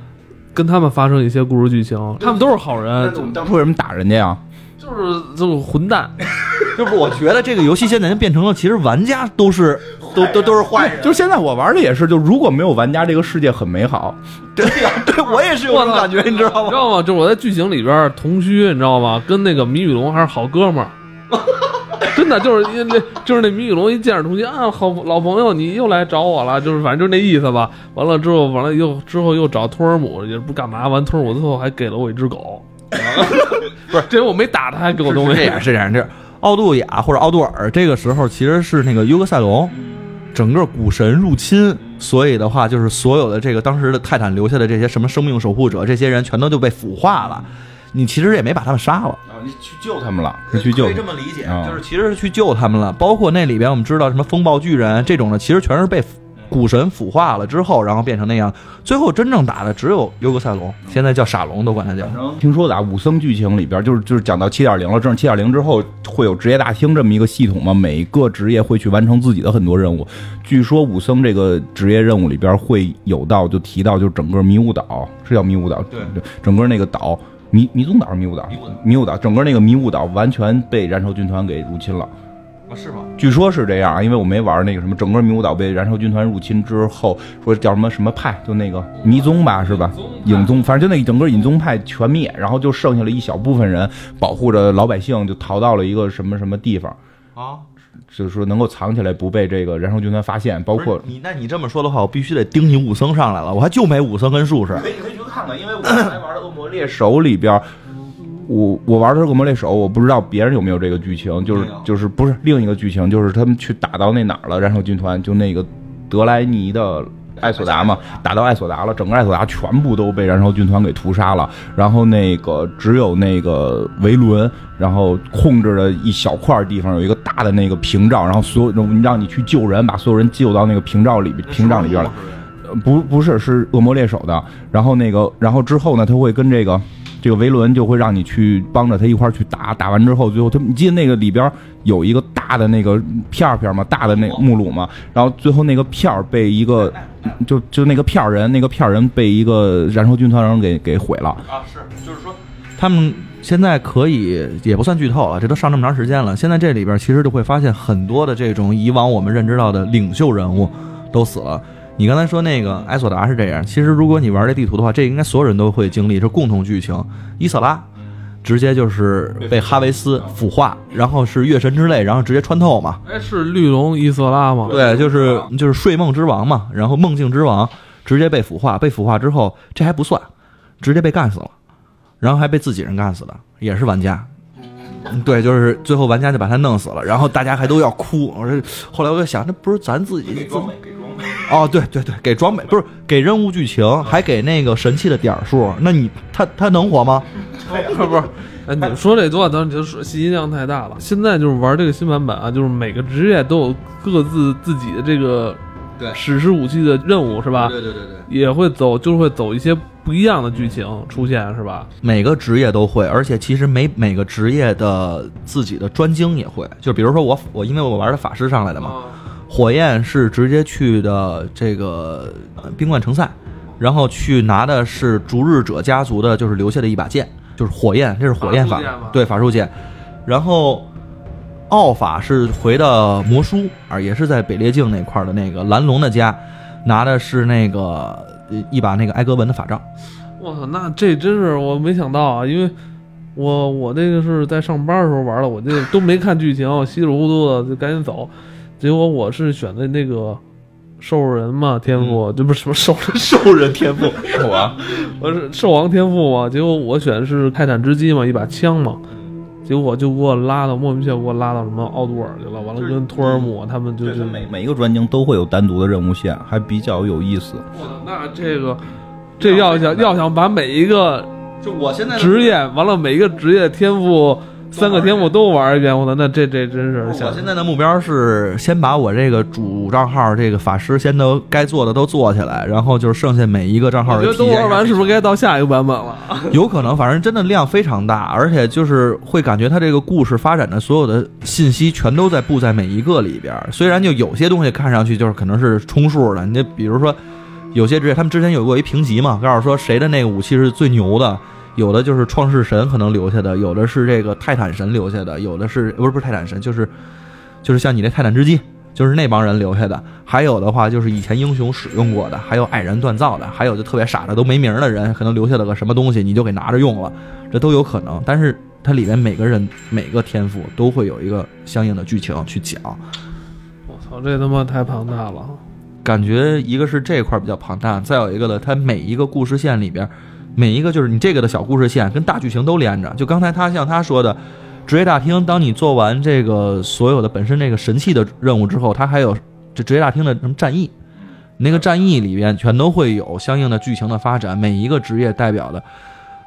Speaker 1: 跟他们发生一些故事剧情，他们都是好人，
Speaker 4: 我呃们当初为什么打人家呀？
Speaker 1: 就是这种混蛋。
Speaker 3: 就是我觉得这个游戏现在就变成了，其实玩家都是都都都是坏人。
Speaker 4: 就是现在我玩的也是，就如果没有玩家，这个世界很美好。
Speaker 3: 对呀，对我也是有这种感觉，你知道
Speaker 1: 你知
Speaker 3: 吗？
Speaker 1: 道吗？就是我在剧情里边儿同居，你知道吗？跟那个米雨龙还是好哥
Speaker 3: [LAUGHS]
Speaker 1: 们儿。真的就是因那，就是那米雨龙一见着同居啊，好老朋友，你又来找我了，就是反正就是那意思吧。完了之后，完了又之后又找托尔姆，也不干嘛。完托尔姆最后还给了我一只
Speaker 3: [LAUGHS]
Speaker 1: 狗，不是，这人我没打他，还给我东
Speaker 3: 是这
Speaker 1: 西
Speaker 3: 样，。是这样，这样奥杜亚或者奥杜尔这个时候其实是那个尤格赛隆，整个股神入侵，所以的话就是所有的这个当时的泰坦留下的这些什么生命守护者，这些人全都就被腐化了。你其实也没把他们杀了，
Speaker 4: 啊，你去救他们了，是去救
Speaker 3: 可
Speaker 4: 他
Speaker 3: 以这
Speaker 4: 们。
Speaker 3: 么理解，
Speaker 4: 啊
Speaker 3: 就是其实是去救他们了。包括那里边我们知道什么风暴巨人这种的，其实全是被股神腐化了之后，然后变成那样。最后真正打的只有尤格赛隆，现在叫傻龙，都管他叫。
Speaker 4: 听说的啊，武僧剧情里边就是就是讲到七点零了，正是七点零之后会有职业大厅这么一个系统嘛，每个职业会去完成自己的很多任务。据说武僧这个职业任务里边会有到就提到，就整个迷雾岛是叫迷雾岛，
Speaker 3: 对，
Speaker 4: 整个那个岛迷迷踪岛还是迷雾岛？迷雾岛，整个那个迷雾岛完全被燃烧军团给入侵了。
Speaker 3: 哦是吗？
Speaker 4: 据说是这样啊，因为我没玩那个什么，整个迷雾岛被燃烧军团入侵之后，说叫什么什么派，就那个迷踪吧，是吧？影宗，反正就那整个影宗派全灭，然后就剩下了一小部分人保护着老百姓，就逃到了一个什么什么地方，
Speaker 3: 啊，
Speaker 4: 就是说能够藏起来不被这个燃烧军团发现，包
Speaker 3: 不
Speaker 4: 括
Speaker 3: 是你，那你这么说的话，我必须得盯你武僧上来了，我还就没武僧跟术士。
Speaker 4: 可以可以去看看，因为我刚才玩的《恶魔猎手》里边，我我玩的是《恶魔猎手》，我不知道别人有没有这个剧情，就是
Speaker 3: 没有
Speaker 4: 就是不是另一个剧情，就是他们去打到那哪儿了，燃烧军团就那个德莱尼的。艾索达嘛，打到艾索达了，整个艾索达全部都被燃烧军团给屠杀了。然后那个只有那个维伦，然后控制了一小块地方有一个大的那个屏障，然后所有人让你去救人，把所有人救到那个屏障里边屏障里边来。呃不不是是恶魔猎手的，然后那个然后之后呢，他会跟这个这个维伦就会让你去帮着他一块儿去打，打完之后最后他你记得那个里边有一个大的那个片儿片儿吗？大的那个目录吗？然后最后那个片儿被一个就就那个片儿人那个片儿人被一个燃烧军团人给给毁了，
Speaker 3: 啊，是，就是说，他们现在可以也不算剧透了，这都上这么长时间了。现在这里边其实就会发现很多的这种以往我们认知到的领袖人物都死了。你刚才说那个埃索达是这样，其实如果你玩这地图的话，这应该所有人都会经历，是共同剧情。伊瑟拉直接就是被哈维斯腐化，然后是月神之泪，然后直接穿透嘛。
Speaker 1: 哎，是绿龙伊瑟拉吗？
Speaker 3: 对，就是就是睡梦之王嘛，然后梦境之王直接被腐化，被腐化之后这还不算，直接被干死了，然后还被自己人干死的，也是玩家。嗯对，就是最后玩家就把他弄死了，然后大家还都要哭。我说，后来我就想，这不是咱自己自
Speaker 2: 给装备，
Speaker 3: 哦，对对对，给装备不是给任务剧情，还给那个神器的点儿数，那你他他能活吗？
Speaker 1: 不是不是，哎，你们说这多少？当时就说信息量太大了。现在就是玩这个新版本啊，就是每个职业都有各自自己的这个
Speaker 3: 对
Speaker 1: 史诗武器的任务是吧？
Speaker 3: 对对对。
Speaker 1: 也会走，就是会走一些不一样的剧情出现是吧？
Speaker 3: 每个职业都会，而且其实每每个职业的自己的专精也会。就比如说我我因为我玩的法师上来的嘛，火焰是直接去的这个呃冰冠城塞，然后去拿的是逐日者家族的，就是留下的一把剑，就是火焰，这是火焰
Speaker 1: 法
Speaker 3: 法，
Speaker 1: 术剑吗
Speaker 3: 对法术剑。然后奥法是回的魔书啊，也是在北列境那块儿的那个蓝龙的家，拿的是那个呃一把那个埃格文的法杖。
Speaker 1: 我操，那这真是我没想到啊，因为我我这个是在上班的时候玩的，我这都没看剧情，稀里糊涂的就赶紧走。结果我是选的那个兽人嘛，天赋、
Speaker 3: 嗯
Speaker 1: 这不是什么兽人，
Speaker 3: 兽人
Speaker 4: [LAUGHS]
Speaker 3: 天赋，我啊
Speaker 1: 我呃是兽王天赋嘛，结果我选的是泰坦之击嘛，一把枪嘛，结果就给我拉到莫名其妙给我拉到什么奥杜尔去了，完了跟托尔姆他们就
Speaker 4: 对
Speaker 1: 是
Speaker 4: 它每每一个专精都会有单独的任务线，还比较有意思。
Speaker 1: 我操那这个这要想要想把每一个
Speaker 4: 就我现在
Speaker 1: 职业完了每一个职业天赋三个天赋都玩一遍，我操，那这这真是想
Speaker 3: 我现在的目标是先把我这个主账号这个法师先都该做的都做起来，然后就是剩下每一个账号
Speaker 1: 我
Speaker 3: 的
Speaker 1: 觉得
Speaker 3: 体
Speaker 1: 都
Speaker 3: 验
Speaker 1: 玩完
Speaker 3: 一下
Speaker 1: 是不是该到下一个版本了？
Speaker 3: 有可能，反正真的量非常大，而且就是会感觉它这个故事发展的所有的信息全都在布在每一个里边儿。虽然就有些东西看上去就是可能是充数的，你就比如说有些职业，他们之前有过一评级嘛，告诉说谁的那个武器是最牛的，有的就是创世神可能留下的，有的是这个泰坦神留下的，有的是呃不是不是泰坦神，就是就是像你这泰坦之击。就是那帮人留下的，还有的话就是以前英雄使用过的，还有矮人锻造的，还有就特别傻的都没名儿的人，可能留下了个什么东西，你就给拿着用了，这都有可能。但是它里面每个人每个天赋都会有一个相应的剧情去讲，
Speaker 1: 我操，这他妈太庞大了！
Speaker 3: 感觉一个是这块儿比较庞大，再有一个呢，它每一个故事线里边，每一个就是你这个的小故事线跟大剧情都连着。就刚才他像他说的，职业大厅，当你做完这个所有的本身这个神器的任务之后，它还有这职业大厅的什么战役，那
Speaker 4: 嗯
Speaker 3: 个战役里边全都会有相应的剧情的发展，每一个职业代表的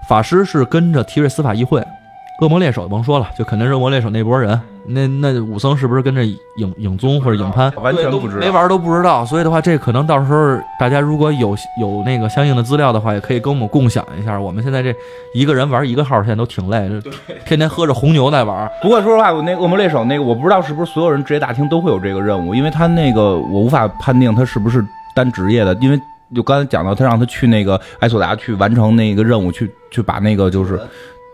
Speaker 3: 法师是跟着提瑞斯法议会。恶魔猎手甭说了，就肯定是恶魔猎手那波人。那那武僧是不是跟着影影宗或者影潘？
Speaker 4: 完全不知
Speaker 3: 没
Speaker 4: 道。
Speaker 3: 玩儿都不知道，所以的话，这可能到时候大家如果有有那个相应的资料的话，也可以跟我们共享一下。我们现在这一个人玩一个号，现在都挺累，天天喝着红牛在玩儿。
Speaker 4: 不过说实话，我那恶魔猎手那个，我不知道是不是所有人职业大厅都会有这个任务，因为他那个我无法判定他是不是单职业的，因为就刚才讲到，他让他去那个埃索达去完成那个任务，去去把那个就是。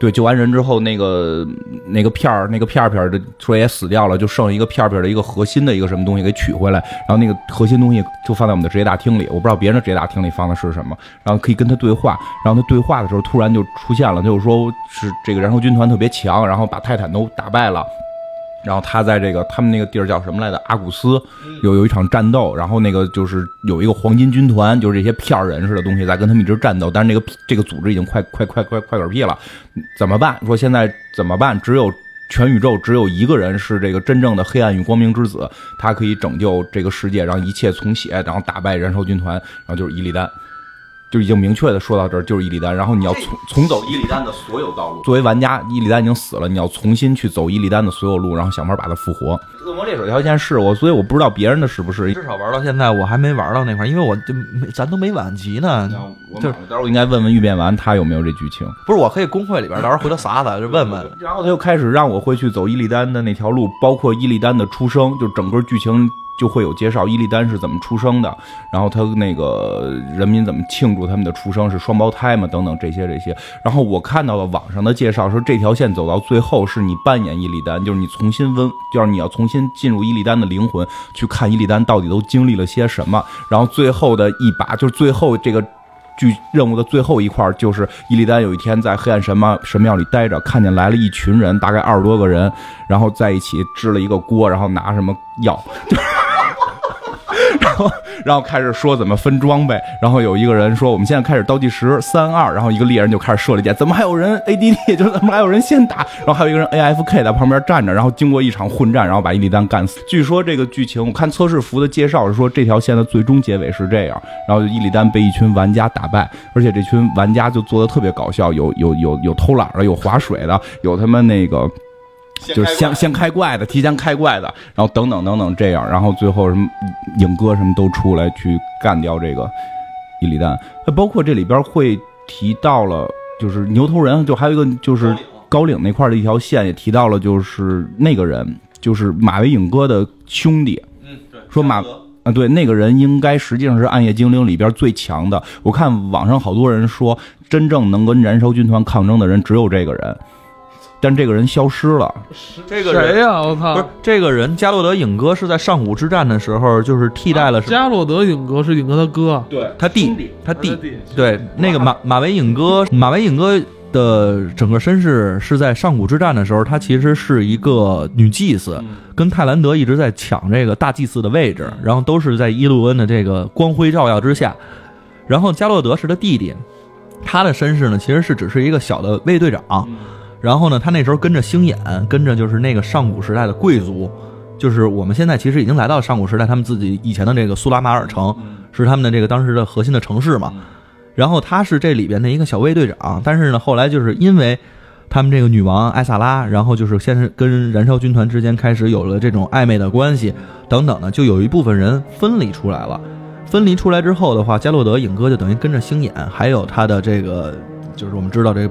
Speaker 4: 对，救完人之后，那个那个片儿，那个片儿片儿的说也死掉了，就剩一个片儿片儿的一个核心的一个什么东西给取回来，然后那个核心东西就放在我们的职业大厅里，我不知道别人的职业大厅里放的是什么，然后可以跟他对话，然后他对话的时候突然就出现了，他就说是这个燃烧军团特别强，然后把泰坦都打败了。然后他在这个他们那个地儿叫什么来着？阿古斯有有一场战斗，然后那个就是有一个黄金军团，就是这些片儿人似的东西在跟他们一直战斗，但是那个这个组织已经快快快快快嗝屁了，怎么办？说现在怎么办？只有全宇宙只有一个人是这个真正的黑暗与光明之子，他可以拯救这个世界，让一切从血，然后打败燃烧军团，然后就是伊利丹。就已经明确的说到这儿，就是伊利丹，然后你要从从走伊利丹的所有道路。作为玩家，伊利丹已经死了，你要重新去走伊利丹的所有路，然后想办法把他复活。恶魔猎手条件是我，所以我不知道别人的是不是。
Speaker 3: 至少玩到现在，我还没玩到那块儿，因为我这没咱都没晚集呢。
Speaker 4: 我到时候应该问问玉变丸他有没有这剧情。
Speaker 3: 不是，我可以公会里边儿，到时候回头撒撒，就问问。
Speaker 4: 然后他又开始让我会去走伊利丹的那条路，包括伊利丹的出生，就整个剧情就会有介绍伊利丹是怎么出生的，然后他那个人民怎么庆祝他们的出生是双胞胎嘛，等等这些这些。然后我看到了网上的介绍说，这条线走到最后是你扮演伊利丹，就是你重新温，就是你要重新进入伊利丹的灵魂，去看伊利丹到底都经历了些什么。然后最后的一把，就是最后这个剧任务的最后一块儿就是伊利丹有一天在黑暗神庙神庙里待着，看见来了一群人，大概二十多个人，然后在一起支了一个锅，然后拿什么药， [LAUGHS] 然后然后开始说怎么分装备，然后有一个人说我们现在开始倒计时三二，然后一个猎人就开始射了一箭，怎么还有人 ADD，就是 [LAUGHS] 怎么还有人先打，然后还有一个人 AFK 在旁边站着，然后经过一场混战，然后把伊利丹干死。据说这个剧情，我看测试服的介绍是说这条线的最终结尾是这样，然后伊利丹被一群玩家打败，而且这群玩家就做的特别搞笑，有有有有偷懒的，有划水的，有他妈那个。就是先先开怪的，提前开怪的，然后等等等等这样，然后最后什么影哥什么都出来去干掉这个伊利丹。那包括这里边会提到了，就是牛头人，就还有一个就是高岭那块的一条线也提到了，就是那个人，就是马维影哥的兄弟，
Speaker 2: 嗯，对，
Speaker 4: 说马啊，对，那个人应该实际上是暗夜精灵里边最强的。我看网上好多人说，真正能跟燃烧军团抗争的人只有这个人，但这个人消失了。
Speaker 3: 这个
Speaker 1: 谁
Speaker 3: 人
Speaker 1: 呀、我
Speaker 3: 不是
Speaker 1: 操！
Speaker 3: 这个人，加洛德影哥是在上古之战的时候，就是替代了什么
Speaker 1: 加洛德影哥是影哥他哥，啊
Speaker 4: 对
Speaker 3: 他弟
Speaker 4: 弟，
Speaker 3: 他弟，对，那个马马维影哥，马维影哥的整个身世是在上古之战的时候，她其实是一个女祭司，跟泰兰德一直在抢这个大祭司的位置，然后都是在伊路恩的这个光辉照耀之下。然后加洛德是他弟弟，他的身世呢其实是只是一个小的卫队长，然后呢，他那时候跟着星眼，跟着就是那个上古时代的贵族，就是我们现在其实已经来到上古时代，他们自己以前的这个苏拉马尔城
Speaker 4: 嗯
Speaker 3: 是他们的这个当时的核心的城市嘛。然后他是这里边的一个小卫队长，但是呢，后来就是因为他们这个女王艾萨拉，然后就是先是跟燃烧军团之间开始有了这种暧昧的关系等等的，就有一部分人分离出来了。分离出来之后的话，加洛德影哥就等于跟着星眼，还有他的这个就是我们知道这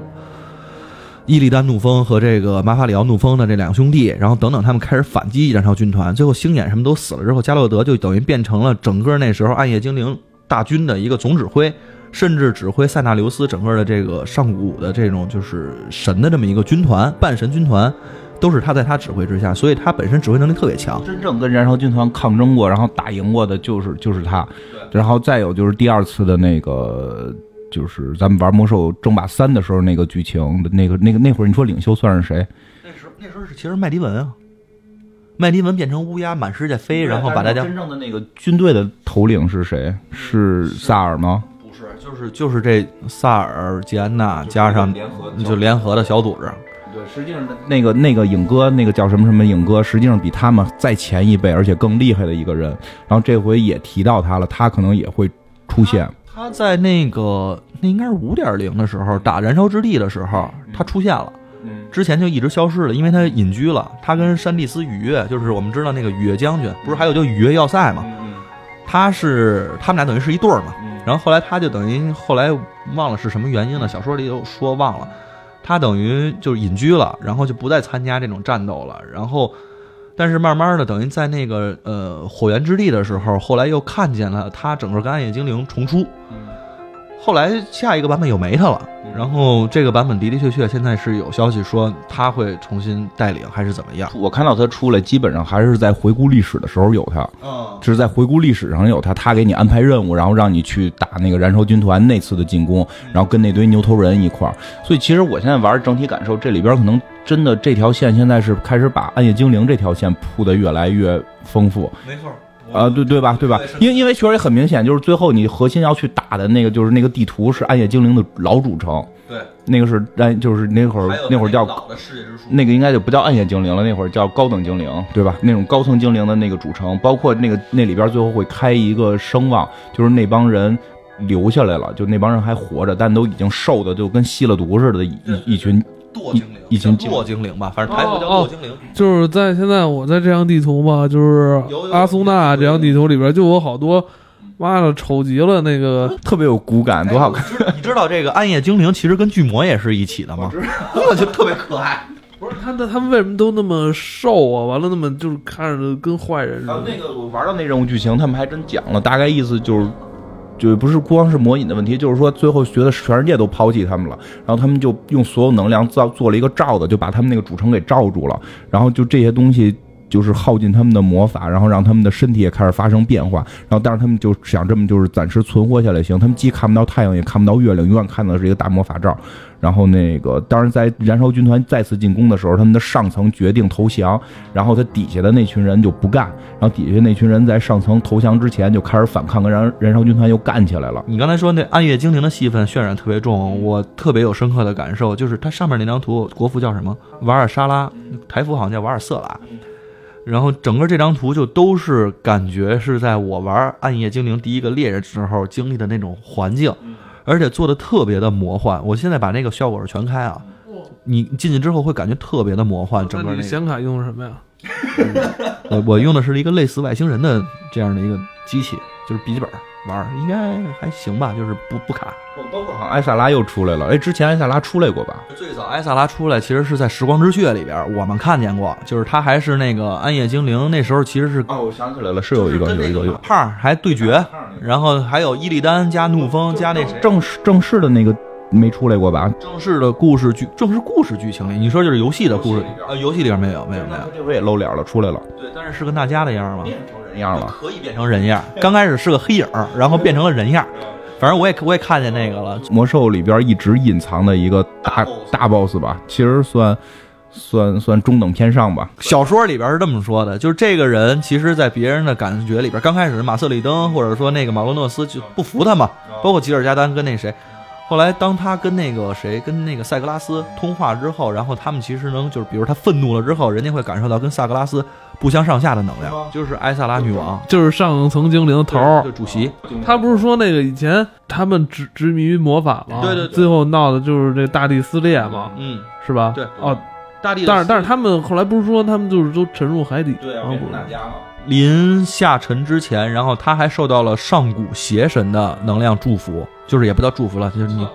Speaker 3: 伊利丹怒风和这个马法里奥怒风的这两个兄弟，然后等等他们开始反击燃烧军团，最后星眼什么都死了之后，加洛德就等于变成了整个那时候暗夜精灵大军的一个总指挥，甚至指挥塞纳留斯整个的这个上古的这种就是神的这么一个军团，半神军团。都是他在他指挥之下，所以他本身指挥能力特别强。
Speaker 4: 真正跟燃烧军团抗争过，然后打赢过的就是就是他，然后再有就是第二次的那个。就是咱们玩魔兽争霸三的时候那个剧情的那个那个那会儿，你说领袖算是谁？
Speaker 3: 那时候那时候是其实麦迪文啊，麦迪文变成乌鸦满世界飞，然后把大家嗯
Speaker 4: 真正的那个军队的头领是谁？是萨尔吗？
Speaker 3: 不是，就是就是这萨尔、吉安娜加上
Speaker 4: 联合
Speaker 3: 就联合的小组嗯织，
Speaker 4: 对，实际上那个那个影哥，那个叫什么什么影哥，实际上比他们再前一辈，而且更厉害的一个人。然后这回也提到他了，他可能也会出现。
Speaker 3: 他在那个那应该是五点零的时候打燃烧之地的时候，他出现了。
Speaker 4: 嗯，
Speaker 3: 之前就一直消失了，因为他隐居了。他跟山地斯雨月，就是我们知道那个雨月将军，不是还有叫雨月要塞吗？
Speaker 4: 嗯
Speaker 3: 他是他们俩等于是一对儿嘛。然后后来他就等于后来忘了是什么原因了，小说里有说忘了，他等于就是隐居了，然后就不再参加这种战斗了。然后，但是慢慢的等于在那个呃火源之地的时候，后来又看见了他整个跟暗夜精灵重出。后来下一个版本又没他了，然后这个版本的的确确现在是有消息说他会重新带领还是怎么样？
Speaker 4: 我看到他出来，基本上还是在回顾历史的时候有他，
Speaker 3: 嗯，
Speaker 4: 只是在回顾历史上有他。他给你安排任务，然后让你去打那个燃烧军团那次的进攻，然后跟那堆牛头人一块儿。所以其实我现在玩整体感受，这里边可能真的这条线现在是开始把暗夜精灵这条线铺的越来越丰富。
Speaker 3: 没错。
Speaker 4: 啊，对对吧？对吧？因为因为确实也很明显，就是最后你核心要去打的那个，就是那个地图是暗夜精灵的老主城，
Speaker 3: 对，
Speaker 4: 那个是暗，就是那会儿那会儿叫
Speaker 3: 的世界之树
Speaker 4: 那个应该就不叫暗夜精灵了，那会儿叫高等精灵，对吧？那种高层精灵的那个主城，包括那个那里边最后会开一个声望，就是那帮人留下来了，就那帮人还活着，但都已经瘦的就跟吸了毒似的，一一群
Speaker 3: 堕
Speaker 4: 精灵一一群精灵
Speaker 3: 堕精灵吧，反正台服叫
Speaker 1: 哦
Speaker 3: 堕精灵。
Speaker 1: 就是在现在我在这张地图嘛，就是
Speaker 3: 有有
Speaker 1: 阿苏纳这张地图里边，就有好多，妈的丑极了那个，
Speaker 4: 特别有骨感，多好看！
Speaker 3: 哎知道你知道这个暗夜精灵其实跟巨魔也是一起的吗？我就特别可爱。
Speaker 1: 不是他那他们为什么都那么瘦啊？完了那么就是看着跟坏人似
Speaker 4: 然后
Speaker 1: 的。
Speaker 4: 那个我玩到那任务剧情，他们还真讲了，大概意思就是。就不是光是魔影的问题，就是说最后觉得全世界都抛弃他们了，然后他们就用所有能量造做了一个罩子，就把他们那个主城给罩住了，然后就这些东西就是耗尽他们的魔法，然后让他们的身体也开始发生变化，然后但是他们就想这么就是暂时存活下来行，他们既看不到太阳也看不到月亮，永远看到的是一个大魔法罩，然后那个当然在燃烧军团再次进攻的时候，他们的上层决定投降，然后他底下的那群人就不干，然后底下那群人在上层投降之前就开始反抗，跟燃燃烧军团又干起来了。
Speaker 3: 你刚才说那暗夜精灵的戏份渲染特别重，我特别有深刻的感受，就是它上面那张图，国服叫什么？瓦尔沙拉，台服好像叫瓦尔瑟拉。然后整个这张图就都是感觉是在我玩暗夜精灵第一个猎人时候经历的那种环境，而且做的特别的魔幻。我现在把那个效果是全开啊，你进去之后会感觉特别的魔幻，整
Speaker 1: 哦那
Speaker 3: 个
Speaker 1: 你
Speaker 3: 那个。
Speaker 1: 显卡用的什么呀？
Speaker 3: 呃我我用的是一个类似外星人的这样的一个机器，就是笔记本玩儿，应该还行吧，就是不不卡。
Speaker 4: 包括好像艾萨拉又出来了，哎，之前艾萨拉出来过吧？
Speaker 3: 最早艾萨拉出来其实是在《时光之血》里边儿，我们看见过，就是他还是那个暗夜精灵，那时候其实是
Speaker 4: 哦，我想起来了，是有一个有一个有。
Speaker 3: 胖儿还对决，然后还有伊利丹加怒风加那谁
Speaker 4: 正式正式的那个没出来过吧？
Speaker 3: 正式的故事剧，正式故事剧情里，你说就是游戏的故事，呃，游戏里边没有没有没有，
Speaker 4: 这回也露脸了，出来了，
Speaker 3: 对，但是是跟大家的样儿嘛，
Speaker 4: 人样了。
Speaker 3: 可以变成人样儿，刚开始是个黑影儿，然后变成了人样儿，反正我也我也看见那个了，
Speaker 4: 魔兽里边一直隐藏的一个大大 boss 吧，其实算算算中等偏上吧。
Speaker 3: 小说里边是这么说的，就是这个人其实，在别人的感觉里边，刚开始马瑟里登或者说那个马洛诺斯就不服他嘛，
Speaker 1: 哦
Speaker 3: 包括吉尔加丹跟那谁，后来当他跟那个谁跟那个塞格拉斯通话之后，然后他们其实能就是，比如他愤怒了之后，人家会感受到跟萨格拉斯不相上下的能
Speaker 1: 哦
Speaker 3: 量，就是埃萨拉女王
Speaker 1: 就是上层精灵头儿
Speaker 3: 对，主席，
Speaker 4: 啊
Speaker 1: 他不是说那个以前他们执执迷于魔法吗？
Speaker 3: 对对对
Speaker 1: 最后闹的就是这大地撕裂嘛，
Speaker 3: 嗯，
Speaker 1: 是吧？
Speaker 3: 对
Speaker 1: 哦，
Speaker 3: 大地的
Speaker 1: 但是但是他们后来不是说他们就是都沉入海底，
Speaker 4: 对
Speaker 1: 然后不是
Speaker 4: 家嘛。
Speaker 3: 临下沉之前，然后他还受到了上古邪神的能量祝福，就是也不叫祝福了，就是你，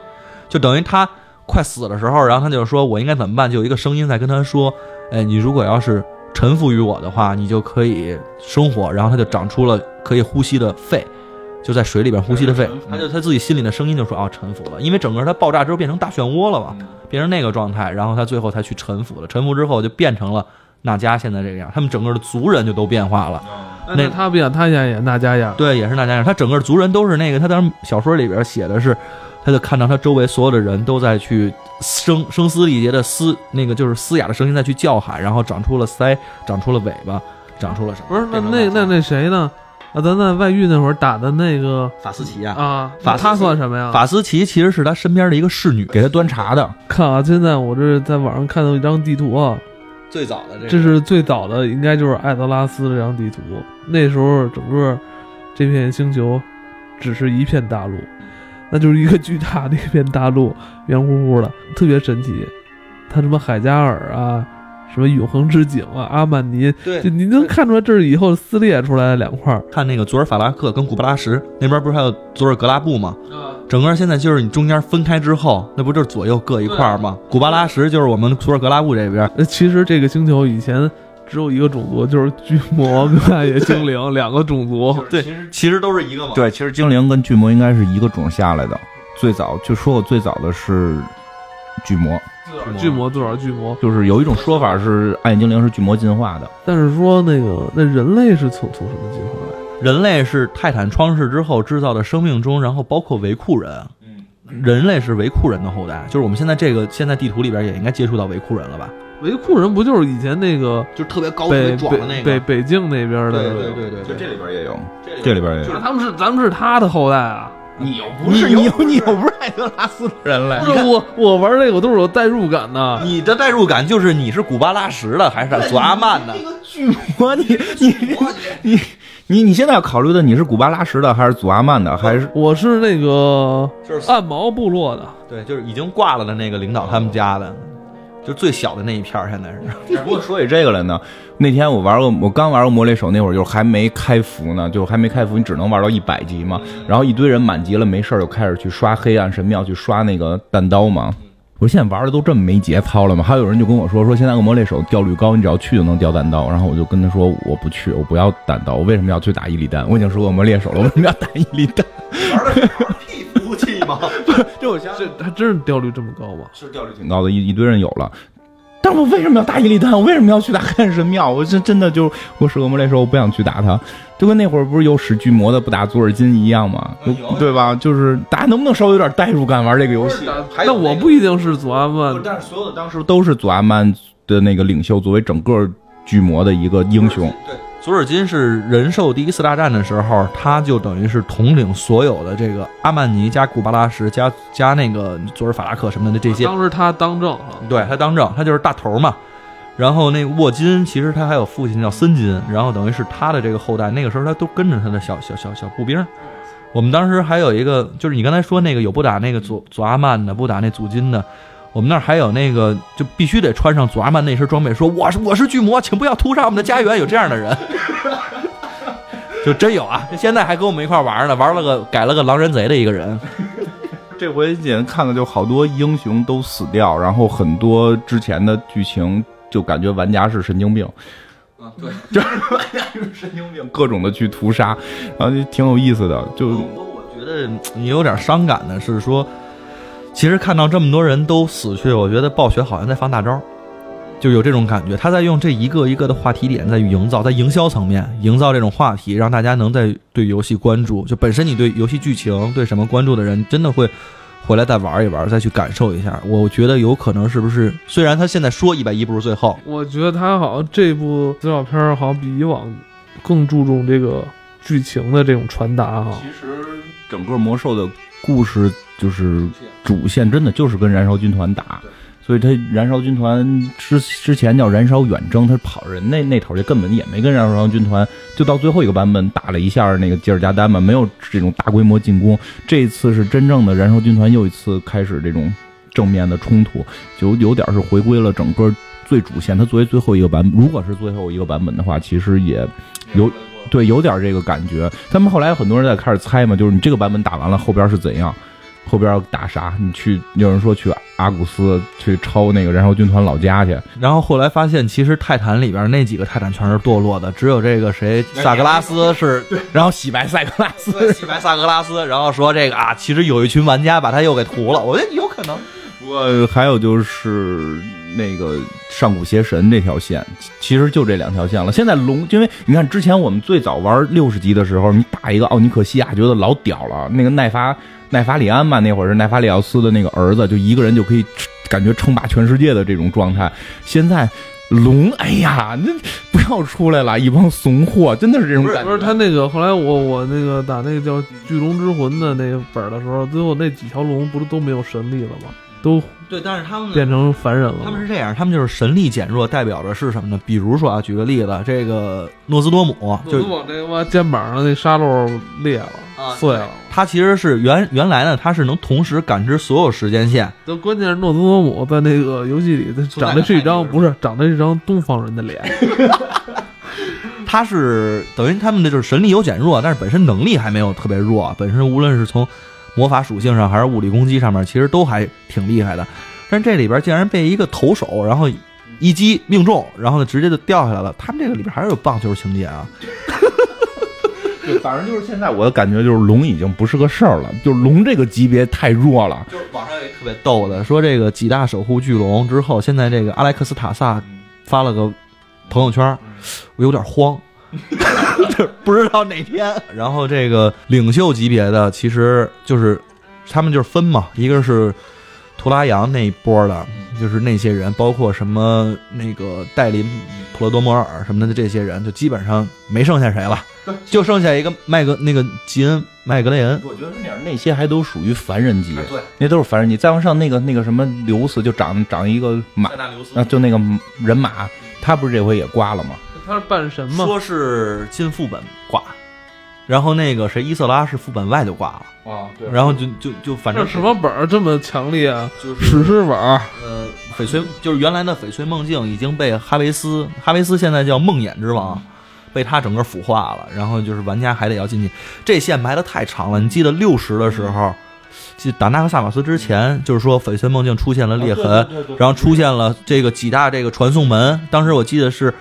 Speaker 3: 就等于他快死的时候，然后他就说我应该怎么办，就有一个声音在跟他说，哎，你如果要是臣服于我的话，你就可以生活，然后他就长出了可以呼吸的肺。就在水里边呼吸的肺，他就他自己心里的声音就说啊臣服了，因为整个他爆炸之后变成大漩涡了嘛，变成那个状态，然后他最后才去臣服了，臣服之后就变成了娜迦现在这个样，他们整个的族人就都变化了，那
Speaker 1: 那他不演他演演那家演，
Speaker 3: 对，也是那家人，他整个族人都是那个，他当时小说里边写的是，他就看到他周围所有的人都在去声 [LAUGHS] 声嘶力竭的嘶，那个就是嘶哑的声音在去叫喊，然后长出了腮，长出了尾巴，长出了什么？
Speaker 1: 不是那
Speaker 3: 变成
Speaker 1: 那
Speaker 3: 了
Speaker 1: 那那谁呢？啊，咱在外遇那会儿打的那个
Speaker 3: 法斯奇啊，
Speaker 1: 啊，
Speaker 3: 法
Speaker 1: 那他算什么呀？
Speaker 3: 法斯奇其实是他身边的一个侍女，
Speaker 4: 给他端茶的，
Speaker 1: 看啊，现在我这在网上看到一张地图啊，
Speaker 3: 最早的这
Speaker 1: 这是最早的，应该就是艾泽拉斯这张地图。那时候整个这片星球只是一片大陆，那就是一个巨大的一片大陆，圆乎乎的，特别神奇。它什么海加尔啊，什么永恒之井啊，阿曼尼，就
Speaker 3: 对。
Speaker 1: 你能看出来这是以后撕裂出来的两块儿。
Speaker 3: 看那个佐尔法拉克跟古巴拉什那边不是还有佐尔格拉布吗？整个现在就是你中间分开之后，那不就是左右各一块儿吗？古巴拉什就是我们佐尔格拉布这边，
Speaker 1: 呃，其实这个星球以前只有一个种族，就是巨魔 [LAUGHS] 跟暗夜精灵两个种族。
Speaker 3: 对，其实都是一个嘛。
Speaker 4: 对，其实精灵跟巨魔应该是一个种下来的。最早就说过，最早的是巨魔，
Speaker 1: 巨魔最少巨魔，
Speaker 4: 就是有一种说法是暗夜精灵是巨魔进化的。
Speaker 1: 但是说那个那人类是从从什么进化来的？
Speaker 3: 人类是泰坦创世之后制造的生命中，然后包括维库人，人类是维库人的后代，就是我们现在这个现在地图里边也应该接触到维库人了吧？
Speaker 1: 维库人不就是以前那个
Speaker 3: 就是特别高
Speaker 1: 北北北北京那边的？
Speaker 3: 对对，
Speaker 4: 这里边也有，这里边也有。
Speaker 1: 他们是咱们是他的后代啊！
Speaker 2: 你又不
Speaker 5: 你
Speaker 2: 是
Speaker 5: 你
Speaker 2: 你
Speaker 5: 又你又不是艾德拉斯的人嘞
Speaker 1: 不？是我，我玩这个我都是有代入感的。
Speaker 3: 你的代入感就是你是古巴拉什的还是佐阿曼的？
Speaker 5: 巨魔，你你
Speaker 4: 啊你你你现在要考虑的，你是古巴拉什的，还是祖阿曼的，还是
Speaker 1: 我是那个
Speaker 3: 就是
Speaker 1: 暗毛部落的，
Speaker 3: 对，就是已经挂了的那个领导他们家的，就最小的那一片儿现在是。
Speaker 4: 哎不过说起这个来呢，那天我玩过，我刚玩过魔猎手那会儿，就是还没开服呢，就还没开服，你只能玩到一百级嘛。然后一堆人满级了，没事儿就开始去刷黑暗神庙，去刷那个弹刀嘛。我说现在玩的都这么没节操了吗？还有人就跟我说说现在恶魔猎手掉率高，你只要去就能掉弹刀。然后我就跟他说我不去，我不要弹刀，我为什么要去打伊利丹？我已经是恶魔猎手了，我为什么要打伊利丹？
Speaker 2: 屁服务器吗？
Speaker 5: 这我想
Speaker 1: 这还真是掉率这么高吗？
Speaker 4: [LAUGHS] 是掉率挺高的，一一堆人有了。但我为什么要打伊利丹？我为什么要去打黑暗神庙？我真真的就我是恶魔猎手，我不想去打他，就跟那会儿不是有使巨魔的不打佐尔金一样吗？对吧？就是大家能不能稍微有点代入感玩这个游戏？
Speaker 1: 那我不一定是祖安曼，
Speaker 4: 但是所有的当时都是佐阿曼的那个领袖作为整个巨魔的一个英雄，
Speaker 3: 佐尔金是人兽第一次大战的时候，他就等于是统领所有的这个阿曼尼加古巴拉什加加那个佐尔法拉克什么的这些，
Speaker 1: 当时他当政啊，
Speaker 3: 对他当政，他就是大头嘛。然后那个沃金其实他还有父亲叫森金，然后等于是他的这个后代，那个时候他都跟着他的小小小小步兵。我们当时还有一个，就是你刚才说那个有不打那个佐佐阿曼的，不打那祖金的。我们那儿还有那个，就必须得穿上佐阿曼那身装备，说我是我是巨魔，请不要屠杀我们的家园。有这样的人， [LAUGHS] 就真有啊！现在还跟我们一块儿玩呢，玩了个改了个狼人贼的一个人，
Speaker 4: 这回也看了，就好多英雄都死掉，然后很多之前的剧情就感觉玩家是神经病。 [LAUGHS] 啊，对，就是玩家是神经病，各种的去屠杀，然后就挺有意思的。就
Speaker 3: 嗯觉得也有点伤感的是说，其实看到这么多人都死去，我觉得暴雪好像在放大招，就有这种感觉。他在用这一个一个的话题点在营造，在营销层面营造这种话题，让大家能在对游戏关注。就本身你对游戏剧情、对什么关注的人，真的会回来再玩一玩，再去感受一下。我觉得有可能是不是？虽然他现在说一百一不是最后，
Speaker 1: 我觉得他好像这部资料片儿好像比以往更注重这个剧情的这种传达啊哈。
Speaker 4: 其实整个魔兽的故事就是主线，真的就是跟燃烧军团打。所以他燃烧军团之之前叫燃烧远征，他跑人那那头去，根本也没跟燃烧军团，就到最后一个版本打了一下那个吉尔加丹嘛，没有这种大规模进攻。这一次是真正的燃烧军团又一次开始这种正面的冲突，就有点是回归了整个最主线。它作为最后一个版本，如果是最后一个版本的话，其实也有对有点这个感觉。他们后来很多人在开始猜嘛，就是你这个版本打完了后边是怎样？后边要打啥？你去有人说去阿古斯去抄那个燃烧军团老家去，
Speaker 3: 然后后来发现，其实泰坦里边那几个泰坦全是堕落的，只有这个谁萨格拉斯是，然后洗白萨格拉斯，洗白萨格拉斯，然后说这个啊，其实有一群玩家把他又给屠了，我觉得有可能。
Speaker 4: 不过还有就是那个上古邪神这条线，其其实就这两条线了。现在龙，因为你看之前我们最早玩六十级的时候，你打一个奥尼克西亚，觉得老屌了。那个奈法奈法里安吧，那会儿是奈法里奥斯的那个儿子，就一个人就可以感觉称霸全世界的这种状态。现在龙，哎呀，那不要出来了，一帮怂货，真的是这种感
Speaker 1: 不是
Speaker 4: 觉。
Speaker 1: 他那个后来我我那个打那个叫《巨龙之魂》的那个本儿的时候，最后那几条龙不是都没有神力了吗？都
Speaker 3: 对，但是他们
Speaker 1: 变成凡人了吗。
Speaker 3: 他们是这样，他们就是神力减弱，代表着是什么呢？比如说啊，举个例子，这个诺斯多姆就
Speaker 1: 就往这他妈肩膀上那沙漏裂了，
Speaker 3: 啊
Speaker 1: 碎了。
Speaker 3: 他其实是原原来呢，他是能同时感知所有时间线，
Speaker 1: 就关键是诺兹多姆在那个游戏里，他长的是一张不是长的是一张东方人的脸，
Speaker 3: 他是等于他们的就是神力有减弱，但是本身能力还没有特别弱，本身无论是从魔法属性上还是物理攻击上面，其实都还挺厉害的。但是这里边竟然被一个投手，然后一击命中，然后呢直接就掉下来了。他们这个里边还是有棒球情节啊，
Speaker 4: 对反正就是现在我的感觉就是龙已经不是个事儿了，就是龙这个级别太弱了。
Speaker 3: 就是网上有一特别逗的，说这个几大守护巨龙之后，现在这个阿莱克斯塔萨发了个朋友圈，我有点慌，就是不知道哪天。然后这个领袖级别的，其实就是他们就是分嘛，一个是图拉扬那一波的，就是那些人，包括什么那个戴林、普罗多摩尔什么的这些人，就基本上没剩下谁了，就剩下一个麦格那个吉恩麦格雷恩。
Speaker 4: 我觉得是那样，那些还都属于凡人级，
Speaker 3: 哎对，
Speaker 4: 那都是凡人级。再往上那个那个什么刘斯，就长长一个马，
Speaker 3: 纳留斯
Speaker 4: 啊，就那个人马，他不是这回也刮了吗？
Speaker 1: [LAUGHS] 他是半神嘛。
Speaker 3: 说是进副本挂，然后那个谁伊瑟拉是副本外就挂了，
Speaker 4: 啊，对
Speaker 3: 然后就就就反
Speaker 1: 这
Speaker 3: 正
Speaker 1: 什么本儿这么强烈啊？
Speaker 3: 就是
Speaker 1: 史诗本儿，
Speaker 3: 呃翡翠就是原来的翡翠梦境已经被哈维斯哈维斯现在叫梦魇之王，被他整个腐化了，然后就是玩家还得要进去，这线埋的太长了。你记得六十的时候，记打纳克萨马斯之前，就是说翡翠梦境出现了裂
Speaker 4: 啊
Speaker 3: 痕，然后出现了这个几大这个传送门。当时我记得是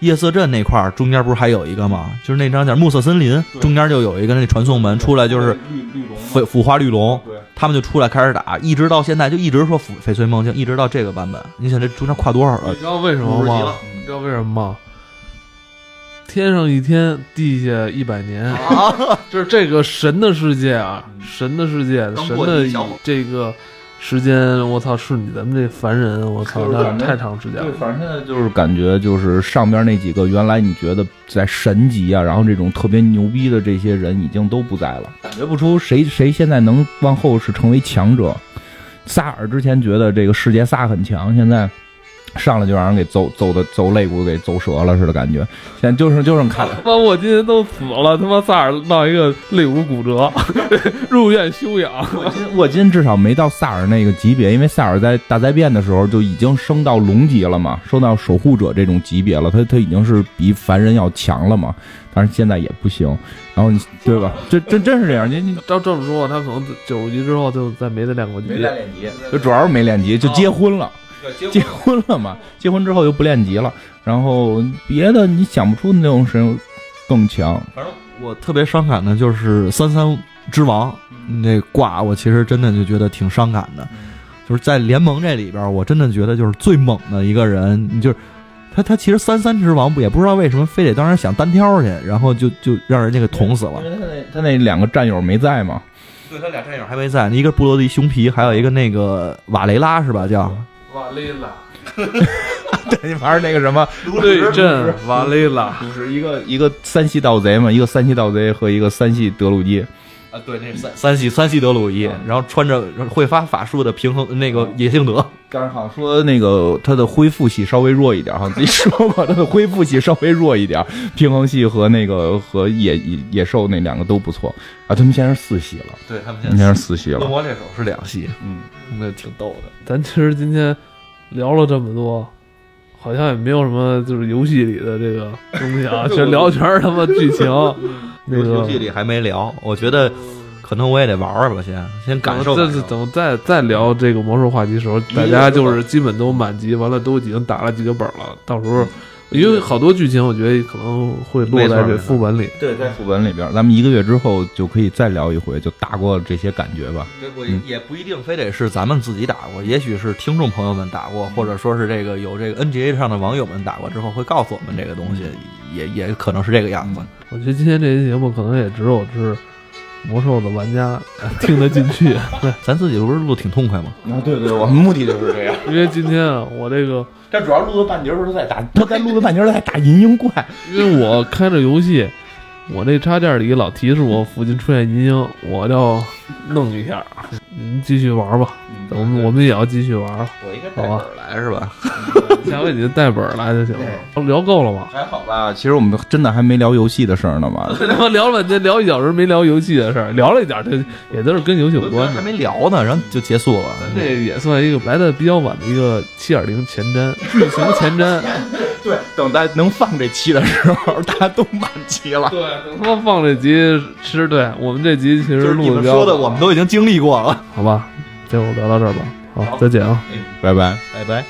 Speaker 3: 夜色镇那块儿，中间不是还有一个吗？就是那张叫暮色森林，中间就有一个那传送门，出来就是
Speaker 4: 绿绿龙
Speaker 3: 腐腐化绿龙
Speaker 4: 对，
Speaker 3: 他们就出来开始打，一直到现在就一直说翡翡翠梦境，一直到这个版本。你想这中间跨多少
Speaker 1: 你
Speaker 3: 了？
Speaker 1: 知道为什么
Speaker 3: 五十级
Speaker 1: 吗
Speaker 3: 了？
Speaker 1: 你知道为什么吗？天上一天，地下一百年， [LAUGHS] 就是这个神的世界啊，神的世界，
Speaker 3: 刚
Speaker 1: 神
Speaker 3: 过
Speaker 1: 的
Speaker 3: 一小会儿
Speaker 1: 这个时间，我操，是你咱们这凡人，我操，
Speaker 4: 就是
Speaker 1: 那
Speaker 4: 咱们
Speaker 1: 太长时间了
Speaker 4: 对，。反正现在就是感觉，就是上边那几个原来你觉得在神级啊，然后这种特别牛逼的这些人已经都不在了，感觉不出谁谁现在能往后是成为强者。萨尔之前觉得这个世界萨很强，现在上来就让人给揍揍的揍肋骨给揍折了似的感觉。现在就剩就剩看了，
Speaker 1: 他妈，我今天都死了，他妈萨尔闹一个肋骨骨折， [LAUGHS] 入院休养。
Speaker 4: 沃金沃金至少没到萨尔那个级别，因为萨尔在大灾变的时候就已经升到龙级了嘛，升到守护者这种级别了，他他已经是比凡人要强了嘛，但是现在也不行，然后你对吧？这真真是这样，你你
Speaker 1: 照这么说，他可能九十级之后就再没再练过级。
Speaker 4: 练级，就主要是没练级，就结婚了。结婚了嘛，结婚之后又不练级了，然后别的你想不出那种神更强，
Speaker 3: 反正我特别伤感的嗯就是三三之王那挂，我其实真的就觉得挺伤感的。就是在联盟这里边儿，我真的觉得就是最猛的一个人，你就是他他其实三三之王也不知道为什么非得当时想单挑去，然后就就让人家给捅死了
Speaker 4: 因。为他那他那两个战友没在嘛，
Speaker 3: 对他俩战友还没在，一个布罗迪胸皮，还有一个那个瓦雷拉是吧？叫
Speaker 1: 瓦雷拉，
Speaker 4: [LAUGHS] 对，反正那个什么，
Speaker 1: 对阵瓦雷拉，
Speaker 4: 就是一个一个三系盗贼嘛，一个三系盗贼和一个三系德鲁伊，
Speaker 3: 啊，对，那是三三系三系德鲁伊，然后穿着会发法术的平衡那个野性德，
Speaker 4: 但是好像说那个他的恢复系稍微弱一点，好像自己 [LAUGHS] 说过他的恢复系稍微弱一点，平衡系和那个和野野野兽那两个都不错啊，他们现在是四系了，
Speaker 3: 对他们
Speaker 4: 他们现在是四系
Speaker 3: 恶
Speaker 4: 了，
Speaker 3: 魔猎手是两系，
Speaker 4: 嗯，
Speaker 3: 那挺逗的。
Speaker 1: 咱其实今天聊了这么多，好像也没有什么就是游戏里的这个东西
Speaker 3: [LAUGHS]
Speaker 1: 啊，全聊全是他妈剧情。那个
Speaker 3: 嗯游戏里还没聊，我觉得可能我也得玩玩吧，先先感受
Speaker 1: 这
Speaker 3: 感
Speaker 1: 是
Speaker 3: 受。
Speaker 1: 等再再聊这个魔兽话题的时候，大家就是基本都满级，完了都已经打了几个本了。到时
Speaker 3: 嗯
Speaker 1: 候，因为好多剧情，我觉得可能会落在这副本里。
Speaker 4: 对，在副本里边，咱们一个月之后就可以再聊一回，就大过这些感觉吧。
Speaker 3: 这我也不一定非得是咱们自己打过，也许是听众朋友们打过，或者说是这个有这个 NGA 上的网友们打过之后会告诉我们这个东西，也也可能是这个样子。
Speaker 1: 我觉得今天这期节目可能也只有是魔兽的玩家 [LAUGHS] 呃听得进去，
Speaker 3: 咱自己不是录挺痛快吗？
Speaker 4: 啊，对对，我们目的就是这样。
Speaker 1: 因为今天啊，我这个
Speaker 4: [LAUGHS] 但主要录到半截儿的时候在打，他在录到半截儿在打银鹰怪，
Speaker 1: 因为我开着游戏，我这插件里老提示我附近出现银鹰，我要弄一下。你们继续玩吧，
Speaker 4: 嗯
Speaker 1: 我们我们也要继续玩
Speaker 3: [LAUGHS]
Speaker 1: 了。
Speaker 3: 我应该
Speaker 1: 带本
Speaker 3: 本来是吧？
Speaker 1: 下回你就带本儿来就行了。聊够了吧？
Speaker 4: 还好吧？其实我们真的还没聊游戏的事儿呢嘛。
Speaker 1: [LAUGHS] 他妈聊了半天，聊一小时没聊游戏的事儿，聊了一点儿，这也都是跟游戏有关
Speaker 3: 还
Speaker 1: 的。
Speaker 3: 没聊呢，然后就结束了。
Speaker 1: 这也算一个来的比较晚的一个七点零前瞻，剧情前瞻。
Speaker 4: 对，等待能放这期的时候，大家都满期了。
Speaker 1: 对，等他妈放这集，其实对我们这集其
Speaker 3: 就
Speaker 1: 实
Speaker 3: 是
Speaker 1: 录
Speaker 3: 你
Speaker 1: 得
Speaker 3: 们
Speaker 1: 比较
Speaker 3: 说的，
Speaker 1: 晚
Speaker 3: 我们都已经经历过了。
Speaker 1: 好吧？这我聊到这儿吧，好，再见啊。
Speaker 4: 拜拜。
Speaker 3: 拜拜。